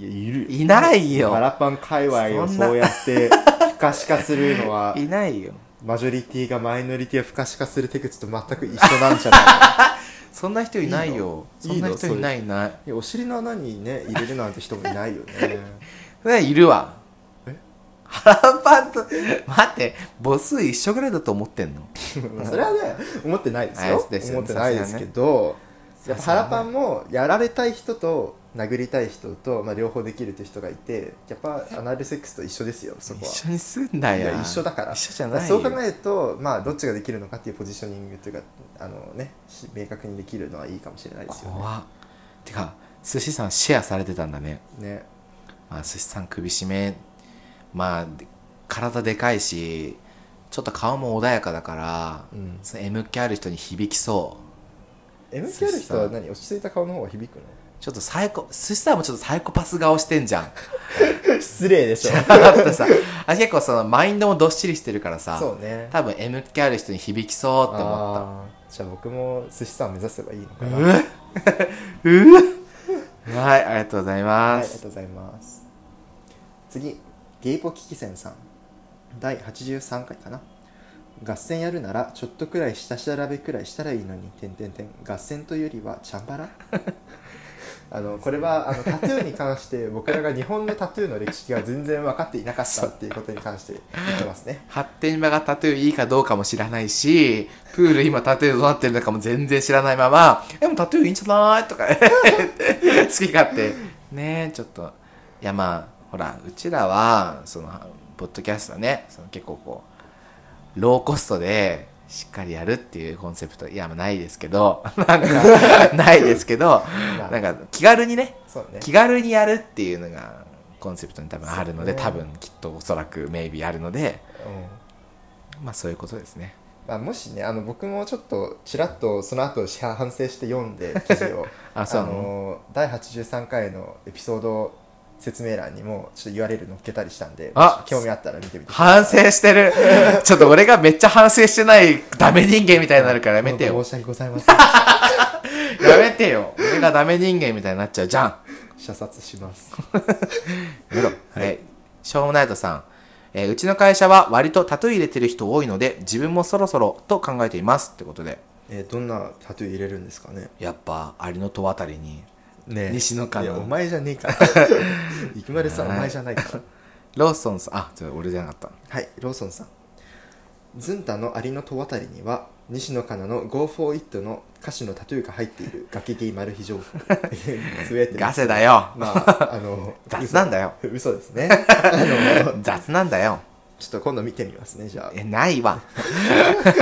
いやいる
いないよ
ハラパン界隈を
そんな
そうやって不可視化するのはい
ないよ。
マジョリティがマイノリティを不可視化する手口と全く一緒なんじゃ な
そんな人いないよ。
いいの
そんない人
いの
いないいない。
いいやお尻の穴にね入れるなんて人もいないよ ね
それいるわ
え。
腹パンと、待って、母数一緒ぐらいだと思ってんの
まあそれはね思ってないですよ,、
はいですよね
思ってないですけど、や
さ
っぱ
すが
ハ
にね
ラパンもやられたい人と殴りたい人と、まあ、両方できるという人がいてやっぱアナルセックスと一緒ですよそこ
一
は
緒にすんないよ。
や一緒だから
一緒じゃないよ。
そう考えると、まあ、どっちができるのかっていうポジショニングというかあの、ね、し明確にできるのはいいかもしれないですよね
怖っ。てか、寿司さんシェアされてたんだね。
ね
まあ、寿司さん首絞め、まあ、で体でかいし、ちょっと顔も穏やかだから、
うん
その M 気ある人に響きそう。
MK ある人は何落ち着いた顔の方が響くの
ちょっとサイコ、寿司さんもちょっとサイコパス顔してんじ ゃん。
失礼でしょ
だってさ、あ結構そのマインドもどっしりしてるからさ、
そうね
多分 M 気ある人に響きそうって思っ
あーじゃあ僕も寿司さん目指せばいいのか
た。
な、
う
はい、
うはい、ありがとうござい
あ
ま
りがとう
す。
ございます次ゲイポキキセンさん第83回かな合戦やるならちょっとくらい下調べくらいしたらいいのに点点点合戦というよりはチャンバラ あのこれはあのタトゥーに関 して僕らが日本のタトゥーの歴史が全然分かっていなかったっていうことに関して言ってますね
発展場がタトゥーいいかどうかも知らないし、プール今タトゥーどうなってるのかも全然知らないまま、でもタトゥーいいんじゃないとか、 好き勝手。ねえ、ちょっと。いやまあ、ほら、うちらは、その、ポッドキャストはね、その結構こう、ローコストで、しっかりやるっていうコンセプト、いや、まあないですけど、 なんか、ないですけど、
まあ
なんか気軽にね、
そうね
気軽にやるっていうのがコンセプトに多分あるので、
そうね
多分きっとおそらくメイビーあるので
うん
まあそういうことですね
まあ、もしねあの僕もちょっとちらっとその後反省して読ん で記事を
あそうなの
の第83回のエピソード説明欄にもちょっと URL 載っけたりしたんで
あ
もし興味あったら見てみてください
反省して るちょっと俺がめっちゃ反省してないダメ人間みたいになるからやめて
本当
よ
申し訳ございま せん
やめてよ俺がダメ人間みたいになっちゃうじゃん
射殺し ます
はい、しょうもないとさん、えーうちの会社は割とタトゥー入れてる人多いので自分もそろそろと考えていますってことで
えーどんなタトゥー入れるんですかね
やっぱ有野とあたりに
ね
え西野カナ
いやお前じゃねえから いきまるさんお前じゃないから
ローソンさんあちょ俺じゃなかっ
はい、ローソンさん。ズンタのアリの戸渡りには、西野カナの Go for It の歌詞のタトゥーが入っているガキゲイマルヒ情報。つぶやいて
た
る
ガセだよ、
まあ、あの
雑なんだよ
嘘嘘です ね。あの、
雑なんだよ
ちょっと今度見てみますね、じゃ
え、ないわ。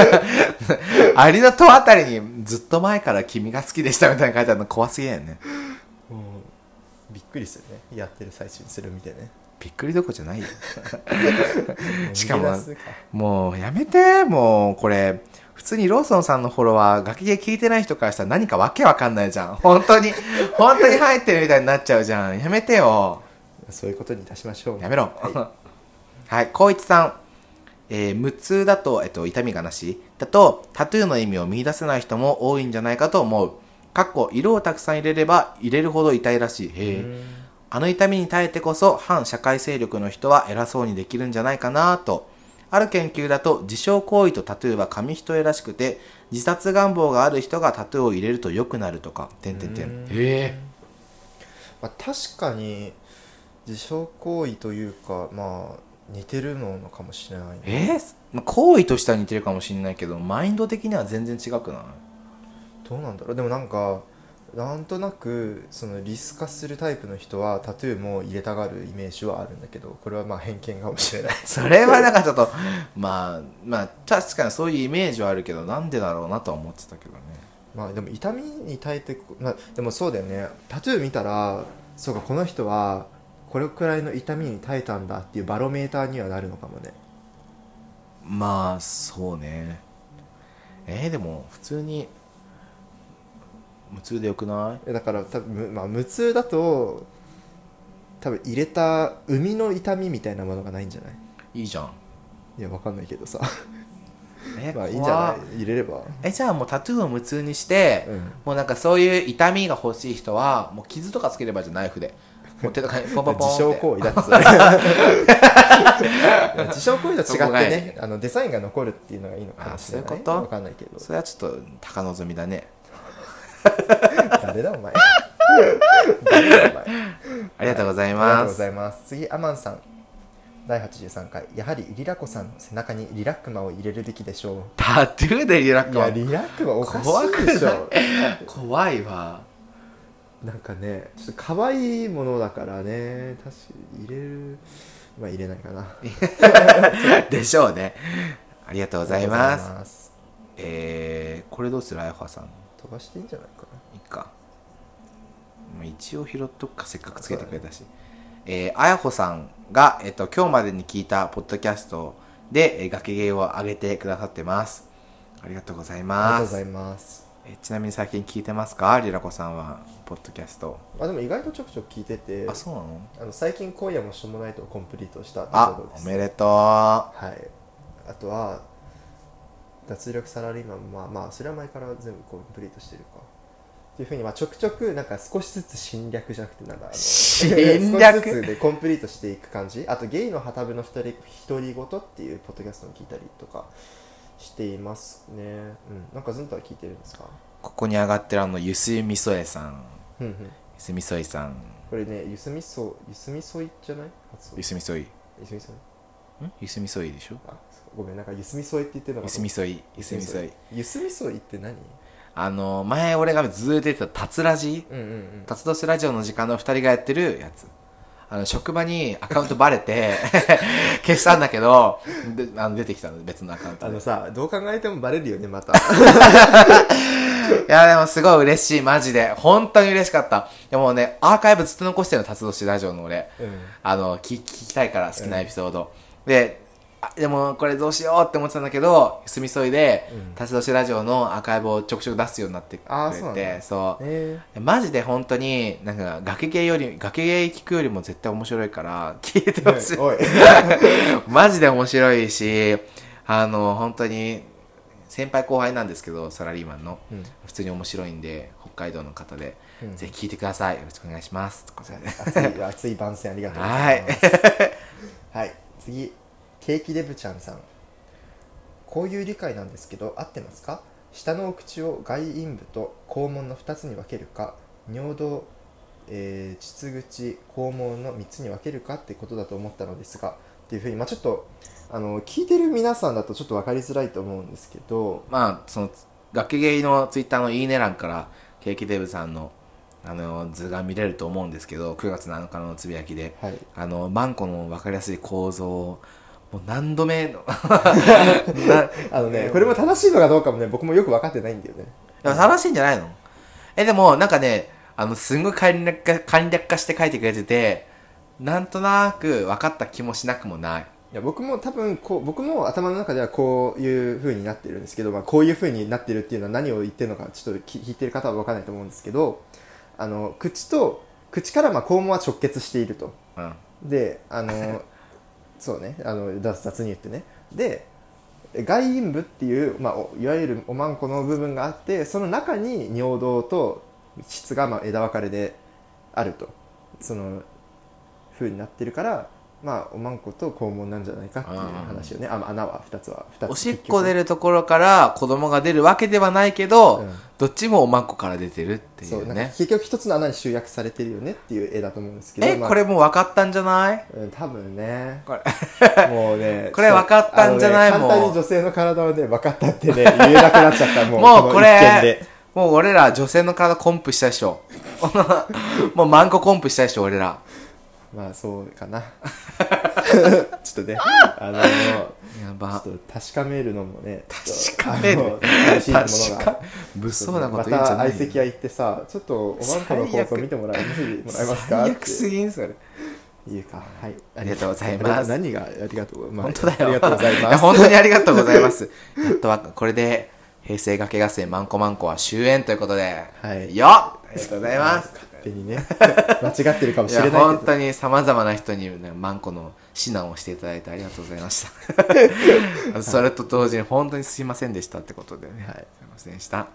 有野とあたりにずっと前から君が好きでしたみたいなの書いてあるの怖すぎだよね。
あ。もうびっくりするね。やってる最中にそれを見てね。
びっくりどころじゃないよ。
う
しかも
逃げ出すか
もうやめて、もうこれ、普通にローソンさんのフォロワー、ガキゲ聞いてない人からしたら何かわけわかんないじゃん。本当に、本当に入ってるみたいになっちゃうじゃん。やめてよ。
そういうことにいたしましょう。
やめろ。
は
はい、光一さん。えー無痛だと、えっと、痛みがなしだと、タトゥーの意味を見出せない人も多いんじゃないかと思う。かっこ、色をたくさん入れれば入れるほど痛いらしい。へ
い、
え
うん
あの痛みに耐えてこそ、反社会勢力の人は偉そうにできるんじゃないかなと。ある研究だと、自傷行為とタトゥーは紙一重らしくて、自殺願望がある人がタトゥーを入れると良くなるとか、てんてんてん。へ
まあ、確かに自傷行為というかまあ似てるのかもしれないね
ええーまあ行為としては似てるかもしれないけど、マインド的には全然違くない
どうなんだろうでもなんかなんとなくそのリス化するタイプの人はタトゥーも入れたがるイメージはあるんだけどこれはまあ偏見かもしれない
それはなんかちょっと まあまあ確かにそういうイメージはあるけどなんでだろうなとは思ってたけどね
まあでも痛みに耐えてこ、まあ、でもそうだよねタトゥー見たらそうかこの人はこれくらいの痛みに耐えたんだっていうバロメーターにはなるのかもね
まあそうねえー、でも普通に無痛でよくない
えだから多分、むまあ、無痛だと多分入れた海の痛みみたいなものがないんじゃない
いいじゃん
いやわかんないけどさ
え
まあいいんじ
怖
ゃない入れれば
えじゃあもうタトゥーを無痛にして、
うん
もうなんかそういう痛みが欲しい人はもう傷とかつければいいじゃんナイフでもう手とかにポンポンポンっ
自
て
傷行為だってそれいや 自傷行為と
そこが
違っ
い
て
い
ねあのデザインが残るっていうのがいいのかもしれない
あそういうこと
わかんないけど
それはちょっと高望みだね
誰だお前誰だお前
ありがとうござい
ありが
ま
とうご
す、
ざいます。次、アマンさん。第83回。やはりリラコさんの背中にリラックマを入れるべきでしょ
タトゥーでリラ
う。
ッ
い
ク
や、
マ
リラックマおかし
怖く
いでし
ない
ょ。
怖い わ
なんかね、ちょっと可愛いものだからね、確かに入れる。まあ入れないかな。
でしょうねありがとうござい
ありが
ま
とう
す
ございます。
えー、これどうするあやほさんい
飛ばしていいんじゃないかな。
いかまあ一応拾っとくかせっかくつけてくれたし、えー、あやほさんが、えっと今日までに聞いたポッドキャストで、えー、崖芸を上げてくださってますありがとうござい
あり
ま
がとうご
す
ざいます。
えーちなみに最近聞いてますかりらこさんはポッドキャスト
まあでも意外とちょくちょく聞いてて、
あそうなの
あの最近今夜もしょうもないとコンプリートしたと
あ
ころで
お
す。
めでとうあ
はい、あとは脱力サラリーマンまあまあそれは前から全部コンプリートしてるかっていうふうに、まあ、ちょくちょくなんか少しずつ侵略じゃなくてなんかあの
侵略
少しずつでコンプリートしていく感じあとゲイの旗部の二人独り言っていうポッドキャストも聞いたりとかしていますね、うん、なんかずんとは聞いてるんですか
ここに上がってるあのゆすみそえさん
ふんふん
ゆすみそいさん
これねゆすみそうゆすみそいじゃない発音
ゆすみそいん
ゆすみそい
ゆすみそいでしょ
あそうごめんなんかゆすみそういって言ってるのか
ゆ
と
す
思
み
った
そいゆすみそい
ゆすみそういって何
あの前俺がずーっと言ってた「たつラジ
うんうんうん」
たつどすラジオの時間の2人がやってるやつあの職場にアカウントバレて 消したんだけどであの出てきたの別のアカウン
あ
トで
の
い
さ、どう考えてもバレるよね、また。
やでもすごい嬉しいマジで本当に嬉しかったでもねアーカイブずっと残してるのたつどしラジオの俺
うん
あの聞聞きたいから好きなエピソード、であでもこれどうしようって思ってたんだけど住みそいで
うん
「たつどしラジオ」のアーカイブをちょくちょく出すようになってく
あーそうな
れ
ん
て
だ
そう
え
マジで本当に、なんか、崖系より、崖系聞くよりも絶対面白いから、 聞いてほし い。
おい。
マジで面白いし、あの、本当に、先輩後輩なんですけど、サラリーマンの。
うん
普通に面白いんで、北海道の方で、
うん
ぜひ聞いてください。よろしくお願いします。ということで
熱い、 熱い番宣ありがとうございます。 はい。次、ケーキデブちゃんさん。こういう理解なんですけど、合ってますか下のお口を外陰部と肛門の2つに分けるか、尿道、えー、膣口、肛門の3つに分けるかってことだと思ったのですが、っていうふうに、まあちょっと、あの、聞いてる皆さんだとちょっと分かりづらいと思うんですけど、
まあ、その、崖系のツイッターのいいね欄から、ケーキデブさんの、あの、図が見れると思うんですけど、9月7日のつぶやきで、
はい。
あの、マンコの分かりやすい構造を、もう何度目の、 な
あのね、これも正しいのかどうかもね、僕もよく分かってないんだよね。
でも正しいんじゃないのえ、でも、なんかね、あの、すんごい簡略化、簡略化して書いてくれてて、なんとなく分かった気もしなくもない。
いや僕も多分こう、僕も頭の中ではこういう風になってるんですけど、まあ、こういう風になってるっていうのは何を言ってるのか、ちょっとき聞いてる方は分かんないと思うんですけど、あの、口と、口からまあ肛門は直結していると。
うん。
で、あ の、そうね、あの、雑雑に言ってね。で、外陰部っていう、まあ、おいわゆるおまんこの部分があって、その中に尿道と膣がまあ枝分かれであると。その、風になってるから、まあ、おまんこと肛門なんじゃないかっていう話よね。あまあ穴は2つは、2つ。
おしっこ出
る
るところから子供が出るわけではないけど、
うん
どっちもおまんこから出てるってい
そう、
う
なんか
ね。
結局一つの穴に集約されてるよねっていう絵だと思うんですけど。
え、
まあ
これもう分かったんじゃない
うん、多分ね
これ
もうね
これ分かったんじゃない
あのね
もう
簡単に女性の体はね分かったってね言えなくなっちゃったもう
もう
の
こ
一件
れ
で、
もう俺ら女性の体コンプしたでしょ。 もうマンココンプしたでしょ、俺ら。
まあそうかな ちょっとねあの
やば
ち。ょっと確かめるのもね
確かめる
あの楽しいもの
確
が
か物騒なこと言うん
ま
じ
た
ゃない
相
よ
席屋行ってさちょっとおまんこの放送見てもらえ見せてもらえますか
最
っ
悪す
て
ぎんそれ
いうかはい
ありがとうございます
ありが何がありがとう、まあ
本当だ
あ
よ
りがとうござい
いや
ます
本当にありがとうございますやっとわかこれで平成学合戦マンコマンコは終演ということで、
はい
よっありがとうございます。
勝手にね 間違ってるかも
い
しれな
や
いけど
本当にさまざまな人に、ね、マンコの指南をしていただいてありがとうございまし たそれと同時に本当にすいませんでしたってことでね、
はい
すいませんでしたはい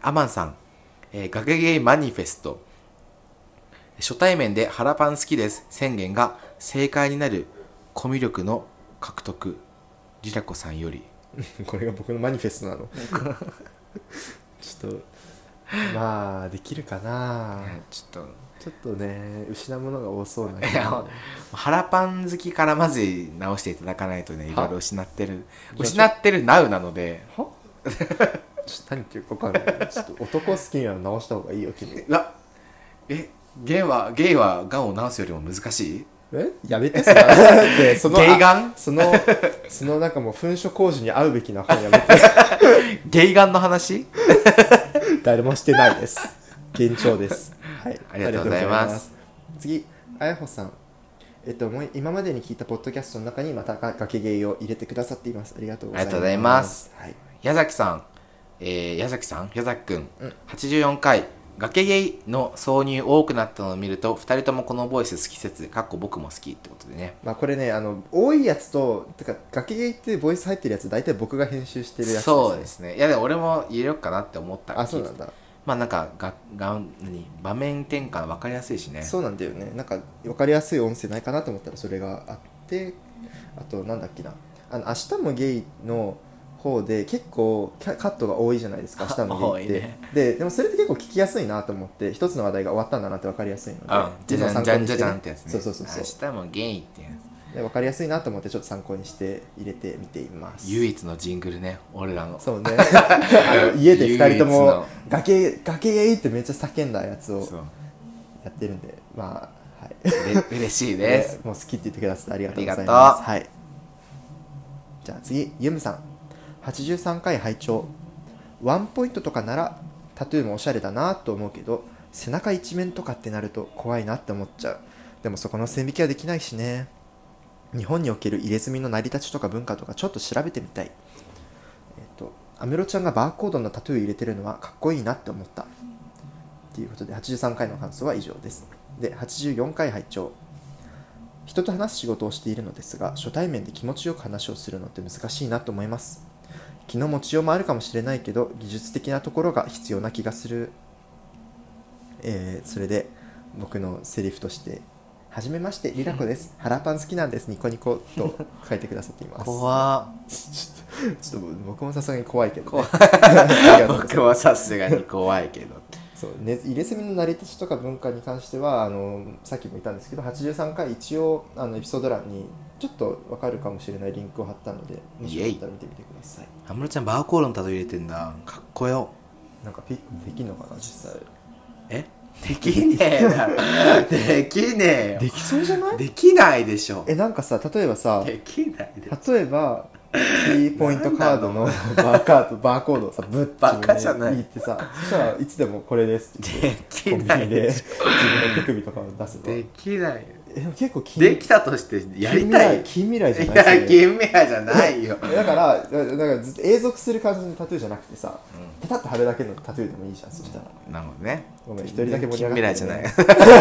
アマンさん、えー、学芸マニフェスト初対面で腹パン好きです宣言が正解になるコミュ力の獲得リラコさんより
これが僕のマニフェストなのちょっとまあできるかな
ちょっと
ちょっとね失うものが多そうな気
いやもう腹パン好きからまず直していただかないとねいろいろ失ってる
じゃあ
失ってるなうなので
はちょっと何言ってるか分かんないちょっと男好きなの直した方がいいよ君
うわえゲイはゲイはがんを治すよりも難しい
えやめて さでその
ゲイガン
あそのそのなんかもう噴所工事に合うべきな本やめて
ゲイガンの話
誰もしてないです幻聴ですはい
ありがとうござい
ありがとうございま
ます
す次あやほさんえっと、もう今までに聞いたポッドキャストの中にまたが崖芸を入れてくださっています。ありがとうございます。
ありがとうございます。
はい、
矢崎さん、えー矢崎さん矢崎くん、84回崖ゲイの挿入多くなったのを見ると2人ともこのボイス好き説かっこ僕も好きってことでね
まあこれね、あの、多いやつと、てか、崖芸っていうボイス入ってるやつ、大体僕が編集してるやつですね
そうですねいやでも俺も入れようかなって思った
あ、そうなんだ。
まあなんかがが何場面転換分かりやすいしね
そうなんだよねなんか分かりやすい音声ないかなと思ったらそれがあってあとなんだっけなあの明日もゲイの方で結構キャカットが多いじゃないですか明日もゲイって、
多いね
ででもそれって結構聞きやすいなと思って一つの話題が終わったんだなって分かりやすいので
うんじゃじゃんじゃんじゃじゃんってやつね
そうそうそうそう
明日もゲイってやつ
で分かりやすいなと思ってちょっと参考にして入れてみています
唯一のジングルね俺らの
そうねあの家で2人と
唯一
も
の
「崖崖ゲイ!」ってめっちゃ叫んだやつを
そう
やってるんでまあはいう
れ嬉しい です、
ねもう好きって言ってくださってありがとうござい
ありが
ま
と
す。はい。じゃあ次、ユムさん。83回拝聴ワンポイントとかならタトゥーもおしゃれだなと思うけど背中一面とかってなると怖いなって思っちゃうでもそこの線引きはできないしね日本における入れ墨の成り立ちとか文化とかちょっと調べてみたいえっと安室ちゃんがバーコードのタトゥー入れてるのはかっこいいなって思ったということで83回の感想は以上ですで84回拝聴人と話す仕事をしているのですが初対面で気持ちよく話をするのって難しいなと思います気の持ちようもあるかもしれないけど技術的なところが必要な気がする、えーそれで僕のセリフとして「はじめましてリラコです腹パン好きなんですニコニコ」と書いてくださっています
怖
ちょっと僕もさすがに怖いけど、ね、
怖い
ありがとうございます
僕はさすがに怖いけど
そう、ね、入れ墨の成り立ちとか文化に関してはあのさっきも言ったんですけど83回一応あのエピソード欄にちょっとわかるかもしれないリンクを貼ったのでもしよかったら見てみてください
安室ちゃんバーコードのタトゥー入れてんだかっこよ
なんかピッてできるのかな実際
えできねえ なできねえよ
できそうじゃない
できないでしょ
えなんかさ例えばさ
できないでしょ
例えばキーポイントカードのバーカードバーコードをさブッて、ね、
バカじゃない
言ってさそしたらいつでもこれですって
でき
コンビ
ない
ニで
で
自
し
分の手首とかを出す
ょ
と
で
え
きないよ
でも結構近
できたとしてやりたい
近未来近未来じゃ
い
ない
や金メアじゃないよ
だからだだからずっと永続する感じのタトゥーじゃなくてさ、ペタッと貼るだけのタトゥーでもいいじゃんそしたら
なるほどね
ごめん一人だけ盛り上がってるね
近未来じゃ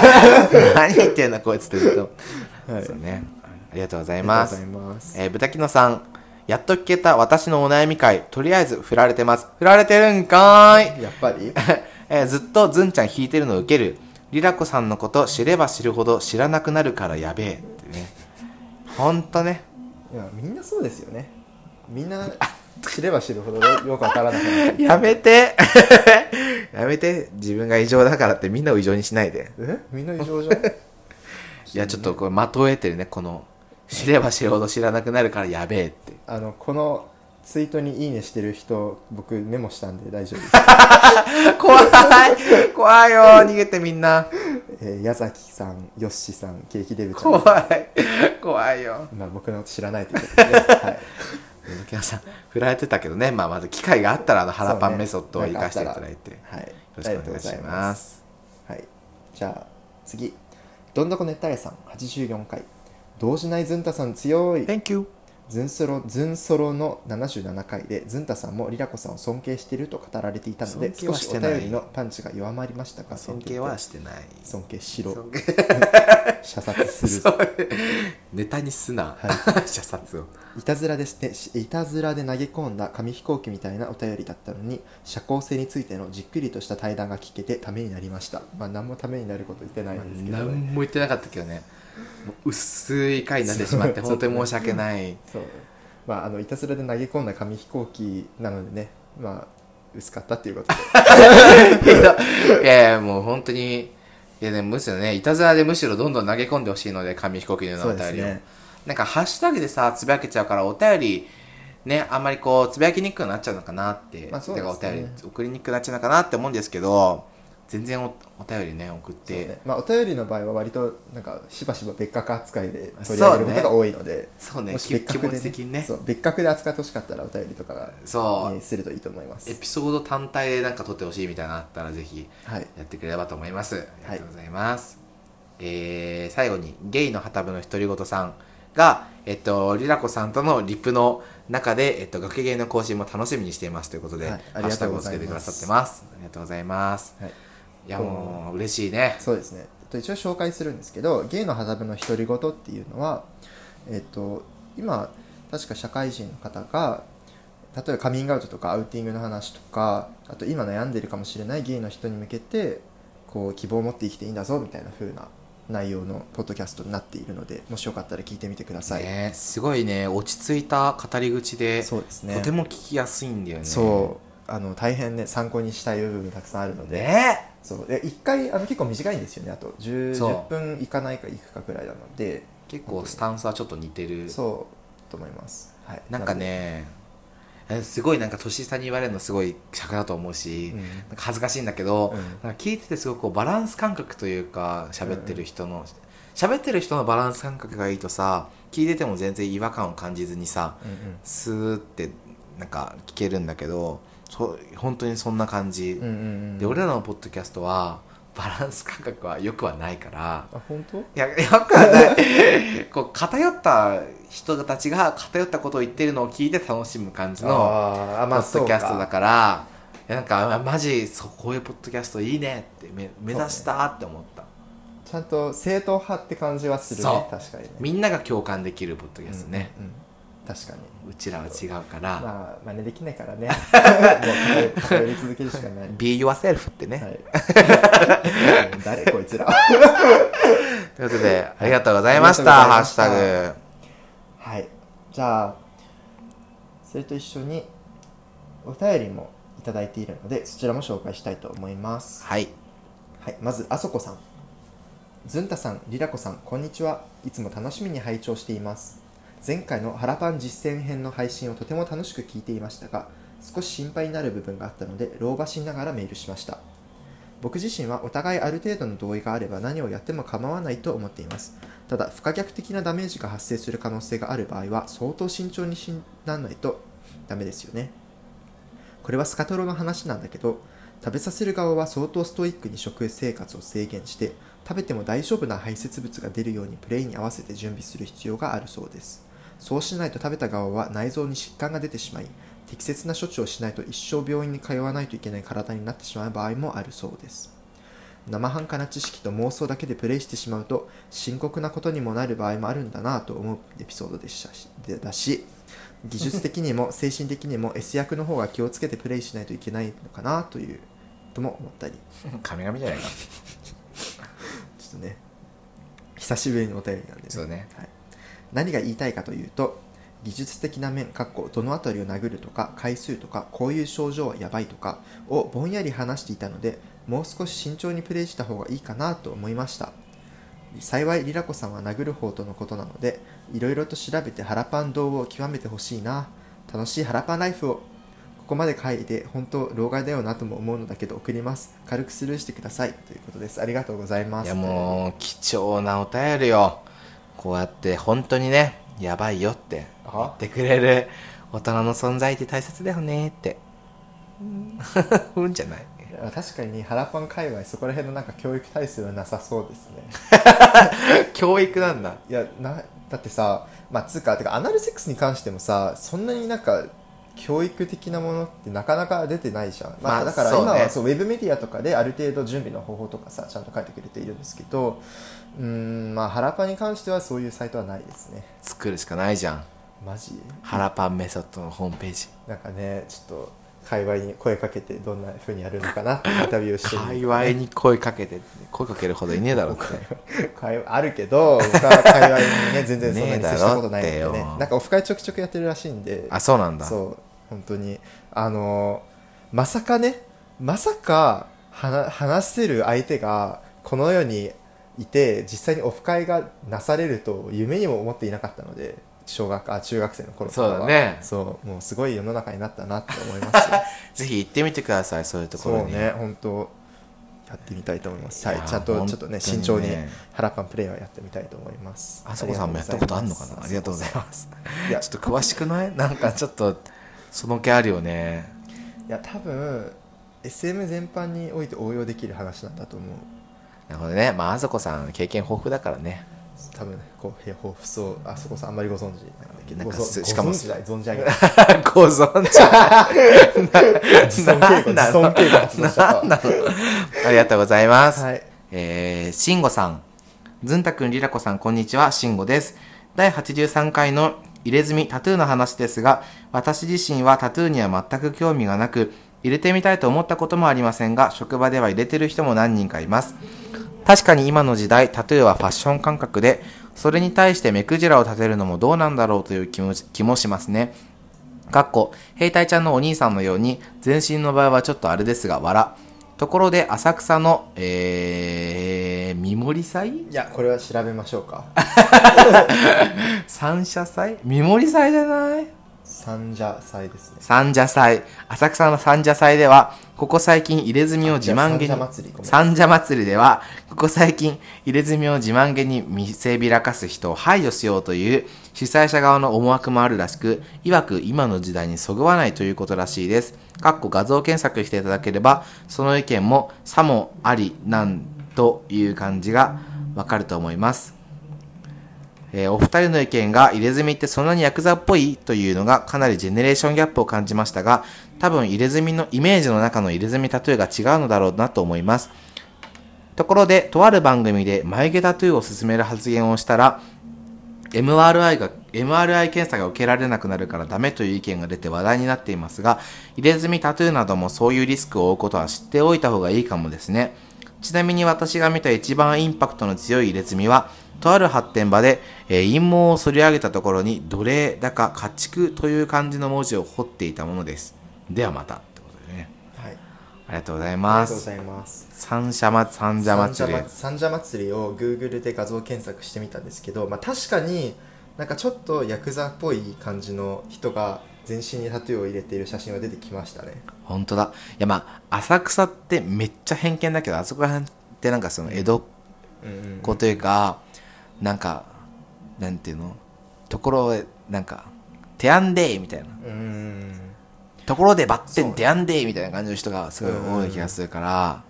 ない 何言ってんだこいつってずっと、
はい
そうねありがとうござい
あ
ま
りがと
す
うございます
えー、豚キノさんやっと聞けた私のお悩み会とりあえず振られてます振られてるんかーい
やっぱ り
えーずっとずんちゃん弾いてるのウケるリラコさんのこと知れば知るほど知らなくなるからやべえってねほんとね
いやみんなそうですよねみんな知れば知るほどよくわからなくなる
やめて やめて自分が異常だからってみんなを異常にしないで
えみんな異常じゃん
いやちょっとこれまとえてるねこの知れば知るほど知らなくなるからやべえって
あのこのツイートに「いいね」してる人僕メモしたんで大丈夫 です、
怖い怖いよ逃げてみんな
えー矢崎さんよっしさんケーキデブちゃん
怖い怖いよ
まあ僕の知らないということで、ね、はい
鈴木さん振られてたけどね、まあ、まず機会があったらあの腹パンメソッドを生かしていただいて、
はい、よ
ろしくお願いします。
はい、じゃあ次、どんどこ熱帯夜さん84回、同時内ずんたさん強い、
Thank you
ズンソロズンソロの77回でズンタさんもリラコさんを尊敬していると語られていたので
尊敬
少
は
し
し
お
てない
便りのパンチが弱まりましたが
尊敬はしてない
尊敬しろ
尊敬
射殺する
そうネタにすな、 射殺を
いたずらでしてしいたずらで投げ込んだ紙飛行機みたいなお便りだったのに社交性についてのじっくりとした対談が聞けてためになりましたまあ何もためになること言ってないんですけど、
何
ね、
も言ってなかったけどねもう薄い回になってしまっ て
そう
本当に申し訳ない
そうまああのいたずらで投げ込んだ紙飛行機なのでねまあ薄かったっていうことで
いやいやもう本当にいやでもむしろねいたずらでむしろどんどん投げ込んでほしいので紙飛行機のようなお
そう
便
で
り
す
を、
ね
なんかハッシュタグでさつぶやけちゃうからお便りねあんまりこうつぶやきにくくなっちゃうのかなって、
まあそうですね
だからお便り送りにくくなっちゃうのかなって思うんですけど全然おお便りね送っ
そう
て
ねまあ、お便りの場合は割となんかしばしば別格扱いで取り
そ
上げ
う
る
ね
ことが多いので、
そうね
もし
気
別
気
格
持
で、
ち的にね
そう別格で扱ってほしかったらお便りとか
そう
にするといいと思います
エピソード単体でなんか撮ってほしいみたいなのあったらぜひ
はい
やってくれればと思いますありがとうございます、えー最後にゲイの旗部の独り言さんがえっとリラコさんとのリプの中で、えっと、学芸の更新も楽しみにしていますということで、
はい
ハッシュタグをつけてくださってますありがとうございます
はい
いやもう嬉しいね
そうですね、えっと、一応紹介するんですけど「ゲイの肌分の独り言」っていうのは、えっと、今確か社会人の方が例えばカミングアウトとかアウティングの話とかあと今悩んでるかもしれないゲイの人に向けてこう希望を持って生きていいんだぞみたいな風な内容のポッドキャストになっているのでもしよかったら聞いてみてください、
ねすごいね落ち着いた語り口で、
そうですね
とても聞きやすいんだよね
そうあの大変ね参考にしたい部分がたくさんあるので、
ね
そうで1回あの結構短いんですよねあと 10,
そう
10分いかないかいくかくらいなので
結構スタンスはちょっと似てる
そうと思います、はい、
なんかねえすごいなんか年下に言われるのすごい尺だと思うし、
なので、
なんか恥ずかしいんだけど、
うん
なんか聞いててすごくこうバランス感覚というか喋ってる人の喋ってる人のバランス感覚がいいとさ聞いてても全然違和感を感じずにさ
うんうんうん
スーってなんか聞けるんだけどそう本当にそんな感じ、
うんうんうん
で俺らのポッドキャストはバランス感覚は良くはないから
あ本当
いや、よくはない。 こう、偏った人たちが偏ったことを言ってるのを聞いて楽しむ感じの、
あーあ
ポッドキャストだ
か
から、いや、なんか、あマジ、そう、こういうポッドキャストいいねって、め目指したって思った。
ちゃんと正統派って感じはする
そ
ね
う
確かにね
みんなが共感できるポッドキャストね。
うんうん確かに
うちらは違うから、
まあ真似できないから ねもう偏偏り続けるしかない
be yourself ってね。
はい、 誰こいつらは
ということで、ありがとうございました、
ありがとう
ハッ
ご
シ
ざいました
ュタグ。
いじゃあそれと一緒にお便りもいただいているのでそちらも紹介したいと思います
はい。
はい、まずあそこさんずんたさんりらこさんこんにちはいつも楽しみに拝聴しています前回の腹パン実践編の配信をとても楽しく聞いていましたが少し心配になる部分があったので老婆しながらメールしました僕自身はお互いある程度の同意があれば何をやっても構わないと思っていますただ不可逆的なダメージが発生する可能性がある場合は相当慎重に診断ないとダメですよねこれはスカトロの話なんだけど食べさせる側は相当ストイックに食生活を制限して食べても大丈夫な排泄物が出るようにプレイに合わせて準備する必要があるそうですそうしないと食べた側は内臓に疾患が出てしまい適切な処置をしないと一生病院に通わないといけない体になってしまう場合もあるそうです生半可な知識と妄想だけでプレイしてしまうと深刻なことにもなる場合もあるんだなぁと思うエピソードでしたしでだし技術的にも精神的にも S 役の方が気をつけてプレイしないといけないのかなというとも思ったり
神々じゃないか。
ちょっとね久しぶりのお便りなんで
そうね
はい、何が言いたいかというと技術的な面かっこどの辺りを殴るとか回数とかこういう症状はやばいとかをぼんやり話していたのでもう少し慎重にプレイした方がいいかなと思いました幸いリラコさんは殴る方とのことなのでいろいろと調べて腹パン道を極めてほしいな楽しい腹パンライフをここまで書いて本当老害だよなとも思うのだけど送ります軽くスルーしてくださいということですありがとうございます
いやもう貴重なお便りをこうやって本当にねやばいよって言ってくれる大人の存在って大切だよねってうんうんじゃない
あ確かに腹パン界隈そこら辺のなんか教育体制はなさそうですね
教育なんだ
いやなだってさまあつうかてかアナルセックスに関してもさそんなになんか教育的なものってなかなか出てないじゃん、まあ
まあ
だから
そう
今
ね
はそう、ウェブメディアとかである程度準備の方法とかさちゃんと書いてくれているんですけどうーんまあ原パンに関してはそういうサイトはないですね
作るしかないじゃん
マジ
ハラパンメソッドのホームページ
なんかねちょっと界隈に声かけてどんな風にやるのかなってインタビューして
界
み
隈に声かけて声かけるほどいねえだろって
会話あるけど僕は界隈にね全然そんなに
ねえだろ
接したことないんで
っ
ね
てよ
なんかオフ会ちょくちょくやってるらしいんで
あそうなんだ
そう本当にあのまさかねまさかはな話せる相手がこの世にいて実際にオフ会がなされると夢にも思っていなかったので小学あ中学生の頃とかは
そうだね
そうもうすごい世の中になったなって思いますよ
ぜひ行ってみてくださいそう いうところ
そう
に
ね本当やってみたいと思います、
い
は
や
い、ちゃんとちょっとね
本当にね
慎重に腹パンプレイはやってみたいと思います
あそこさんもやったことあるのかなありがとうござい
ま
ます
すいや
ちょっと詳しくないなんかちょっとその気あるよね
いや多分 SM 全般において応用できる話なんだと思う
なるほどねまああそこさん経験豊富だから ね
多分こう豊富そうあそこさんあんまりご存知なんだけど
なんか
ご存
す
ご
しかも
存知ない存じ上げない
ご存知
自尊敬語
なんな
自
の
尊敬語発動しちゃった
ありがとうございます。
はい
えー、しんごさん。ずんたくん、りらこさん、こんにちは。しんごです。第83回の入れ墨タトゥーの話ですが、私自身はタトゥーには全く興味がなく、入れてみたいと思ったこともありませんが、職場では入れてる人も何人かいます。確かに今の時代、タトゥーはファッション感覚で、それに対して目くじらを立てるのもどうなんだろうという気も気もしますね。かっこ、兵隊ちゃんのお兄さんのように、全身の場合はちょっとあれですが、笑。ところで、浅草の、えー、見守り祭
いやこれは調べましょうか
三社祭見守り祭じゃない
三者祭ですね
三社祭。浅草の三社祭では、ここ最近入れ墨を自慢げ
じゃ
に
あ三社、祭りごめん
三社祭りでは、ここ最近入れ墨を自慢げに見せびらかす人を排除しようという主催者側の思惑もあるらしく、いわく今の時代にそぐわないということらしいです。かっこ画像検索していただければ、その意見もさもありなんという感じがわかると思います。えーお二人の意見が入れ墨ってそんなにヤクザっぽいというのがかなりジェネレーションギャップを感じましたが多分入れ墨のイメージの中の入れ墨タトゥーが違うのだろうなと思いますところでとある番組で眉毛タトゥーを勧める発言をしたら MRI が MRI 検査が受けられなくなるからダメという意見が出て話題になっていますが入れ墨タトゥーなどもそういうリスクを負うことは知っておいた方がいいかもですねちなみに私が見た一番インパクトの強い入れ墨はとある発展場で、えー陰謀を剃り上げたところに奴隷だか家畜という漢字の文字を彫っていたものですではまたってことでね
はい
ありがとうござい
あり
ま
がとうご
す
ざいます
三社祭三社祭
三
り
社祭三社祭りを Google で画像検索してみたんですけど、まあ、確かになんかちょっとヤクザっぽい感じの人が全身にタトゥーを入れている写真は出てきましたね
本当だいやまあ浅草ってめっちゃ偏見だけどあそこら辺ってなんかその江戸っ
うんうん
子というか、なんかなんていうのところへなんか「テアンデイ」みたいな
うーん
ところでバッテン「テアンデイ」みたいな感じの人がすごい多い気がするから、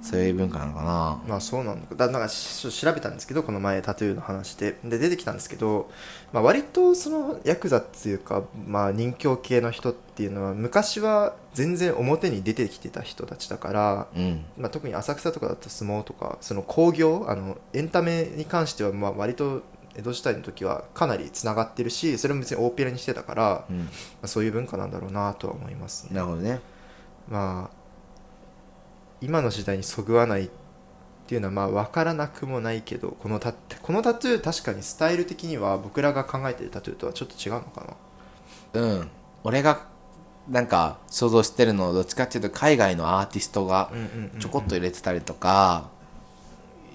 そういう文化なのかな
まあそうなのかだなんかし調べたんですけどこの前タトゥーの話でで出てきたんですけど、まあ、割とそのヤクザっていうか、まあ、人侠系の人っていうのは昔は全然表に出てきてた人たちだから、
うん
まあ、特に浅草とかだと相撲とかその興行あのエンタメに関してはまあ割と江戸時代の時はかなりつながってるしそれも別に大っぴらにしてたから、ま
うん
あ、そういう文化なんだろうなとは思いますね。
なるほどね
まあ今の時代にそぐわないっていうのはまあ分からなくもないけどこのタこのタトゥー確かにスタイル的には僕らが考えてるタトゥーとはちょっと違うのかな
うん俺がなんか想像してるのをどっちかっていうと海外のアーティストが
うんうんうん
ちょこっと入れてたりとか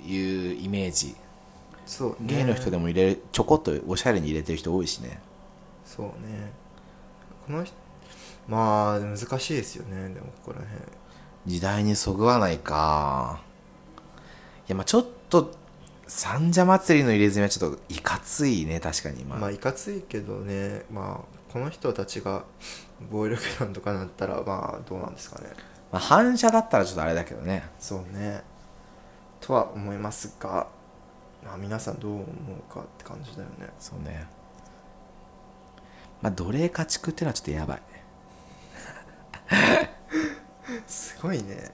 いうイメージ
そうね
ゲイの人でも入れるちょこっとおしゃれに入れてる人多いしね
そうねこの人まあ難しいですよねでもここら辺
時代にそぐわないかいやまあちょっと三社祭りの入れ墨はちょっといかついね確かに今、
まあいかついけどねまあこの人たちが暴力団とかなったらまあどうなんですかね
まあ反射だったらちょっとあれだけどね
そうねとは思いますがまあ皆さんどう思うかって感じだよね
そうねまあ奴隷家畜っていうのはちょっとやばい
すごいね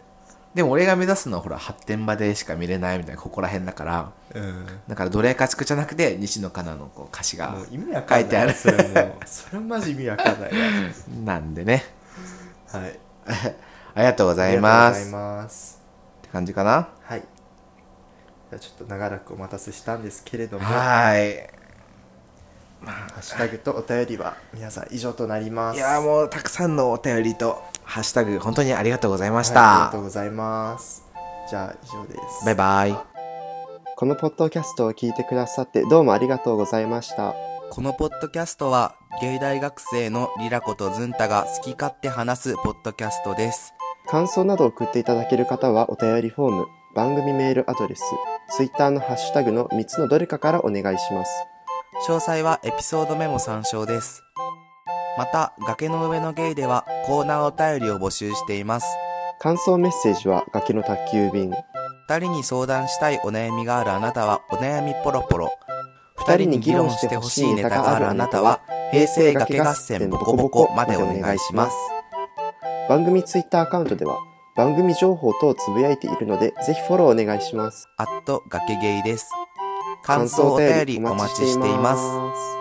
でも俺が目指すのはほら発展場でしか見れないみたいなここら辺だから
うん
だから奴隷家畜じゃなくて西野カナのこう歌詞が
もう意味わかんない
書いてある
それもうそれマジ意味わかんない わ
なんでね
はい
ありがとうござ
あ
い
り
ま
がとうござい
す
ます
って感じかな
はいじゃあちょっと長らくお待たせしたんですけれどもハ
はーい
ッシュタグとお便りは皆さん以上となります
いやーもうたくさんのお便りとハッシュタグ本当にありがとうございまし
はいあり
た、
がとうございますじゃあ以上です
バイバイ
このポッドキャストを聞いてくださってどうもありがとうございました
このポッドキャストは、芸大学生のリラコとズンタが好き勝手話すポッドキャストです。
感想などを送っていただける方はお便りフォーム番組メールアドレス Twitter のハッシュタグの3つのどれかからお願いします
詳細はエピソードメモ参照です。また、崖の上のゲイではコーナーお便りを募集しています。
感想メッセージは崖の宅急便
二人に相談したいお悩みがあるあなたはお悩みポロポロ。
二人に議論してほしいネタがあるあなたは
平成崖合戦ボコボコまでお願いします。
番組 Twitter アカウントでは番組情報等をつぶやいているのでぜひフォローお願いします
あっと崖ゲイです。感想お便りお待ちしています。
す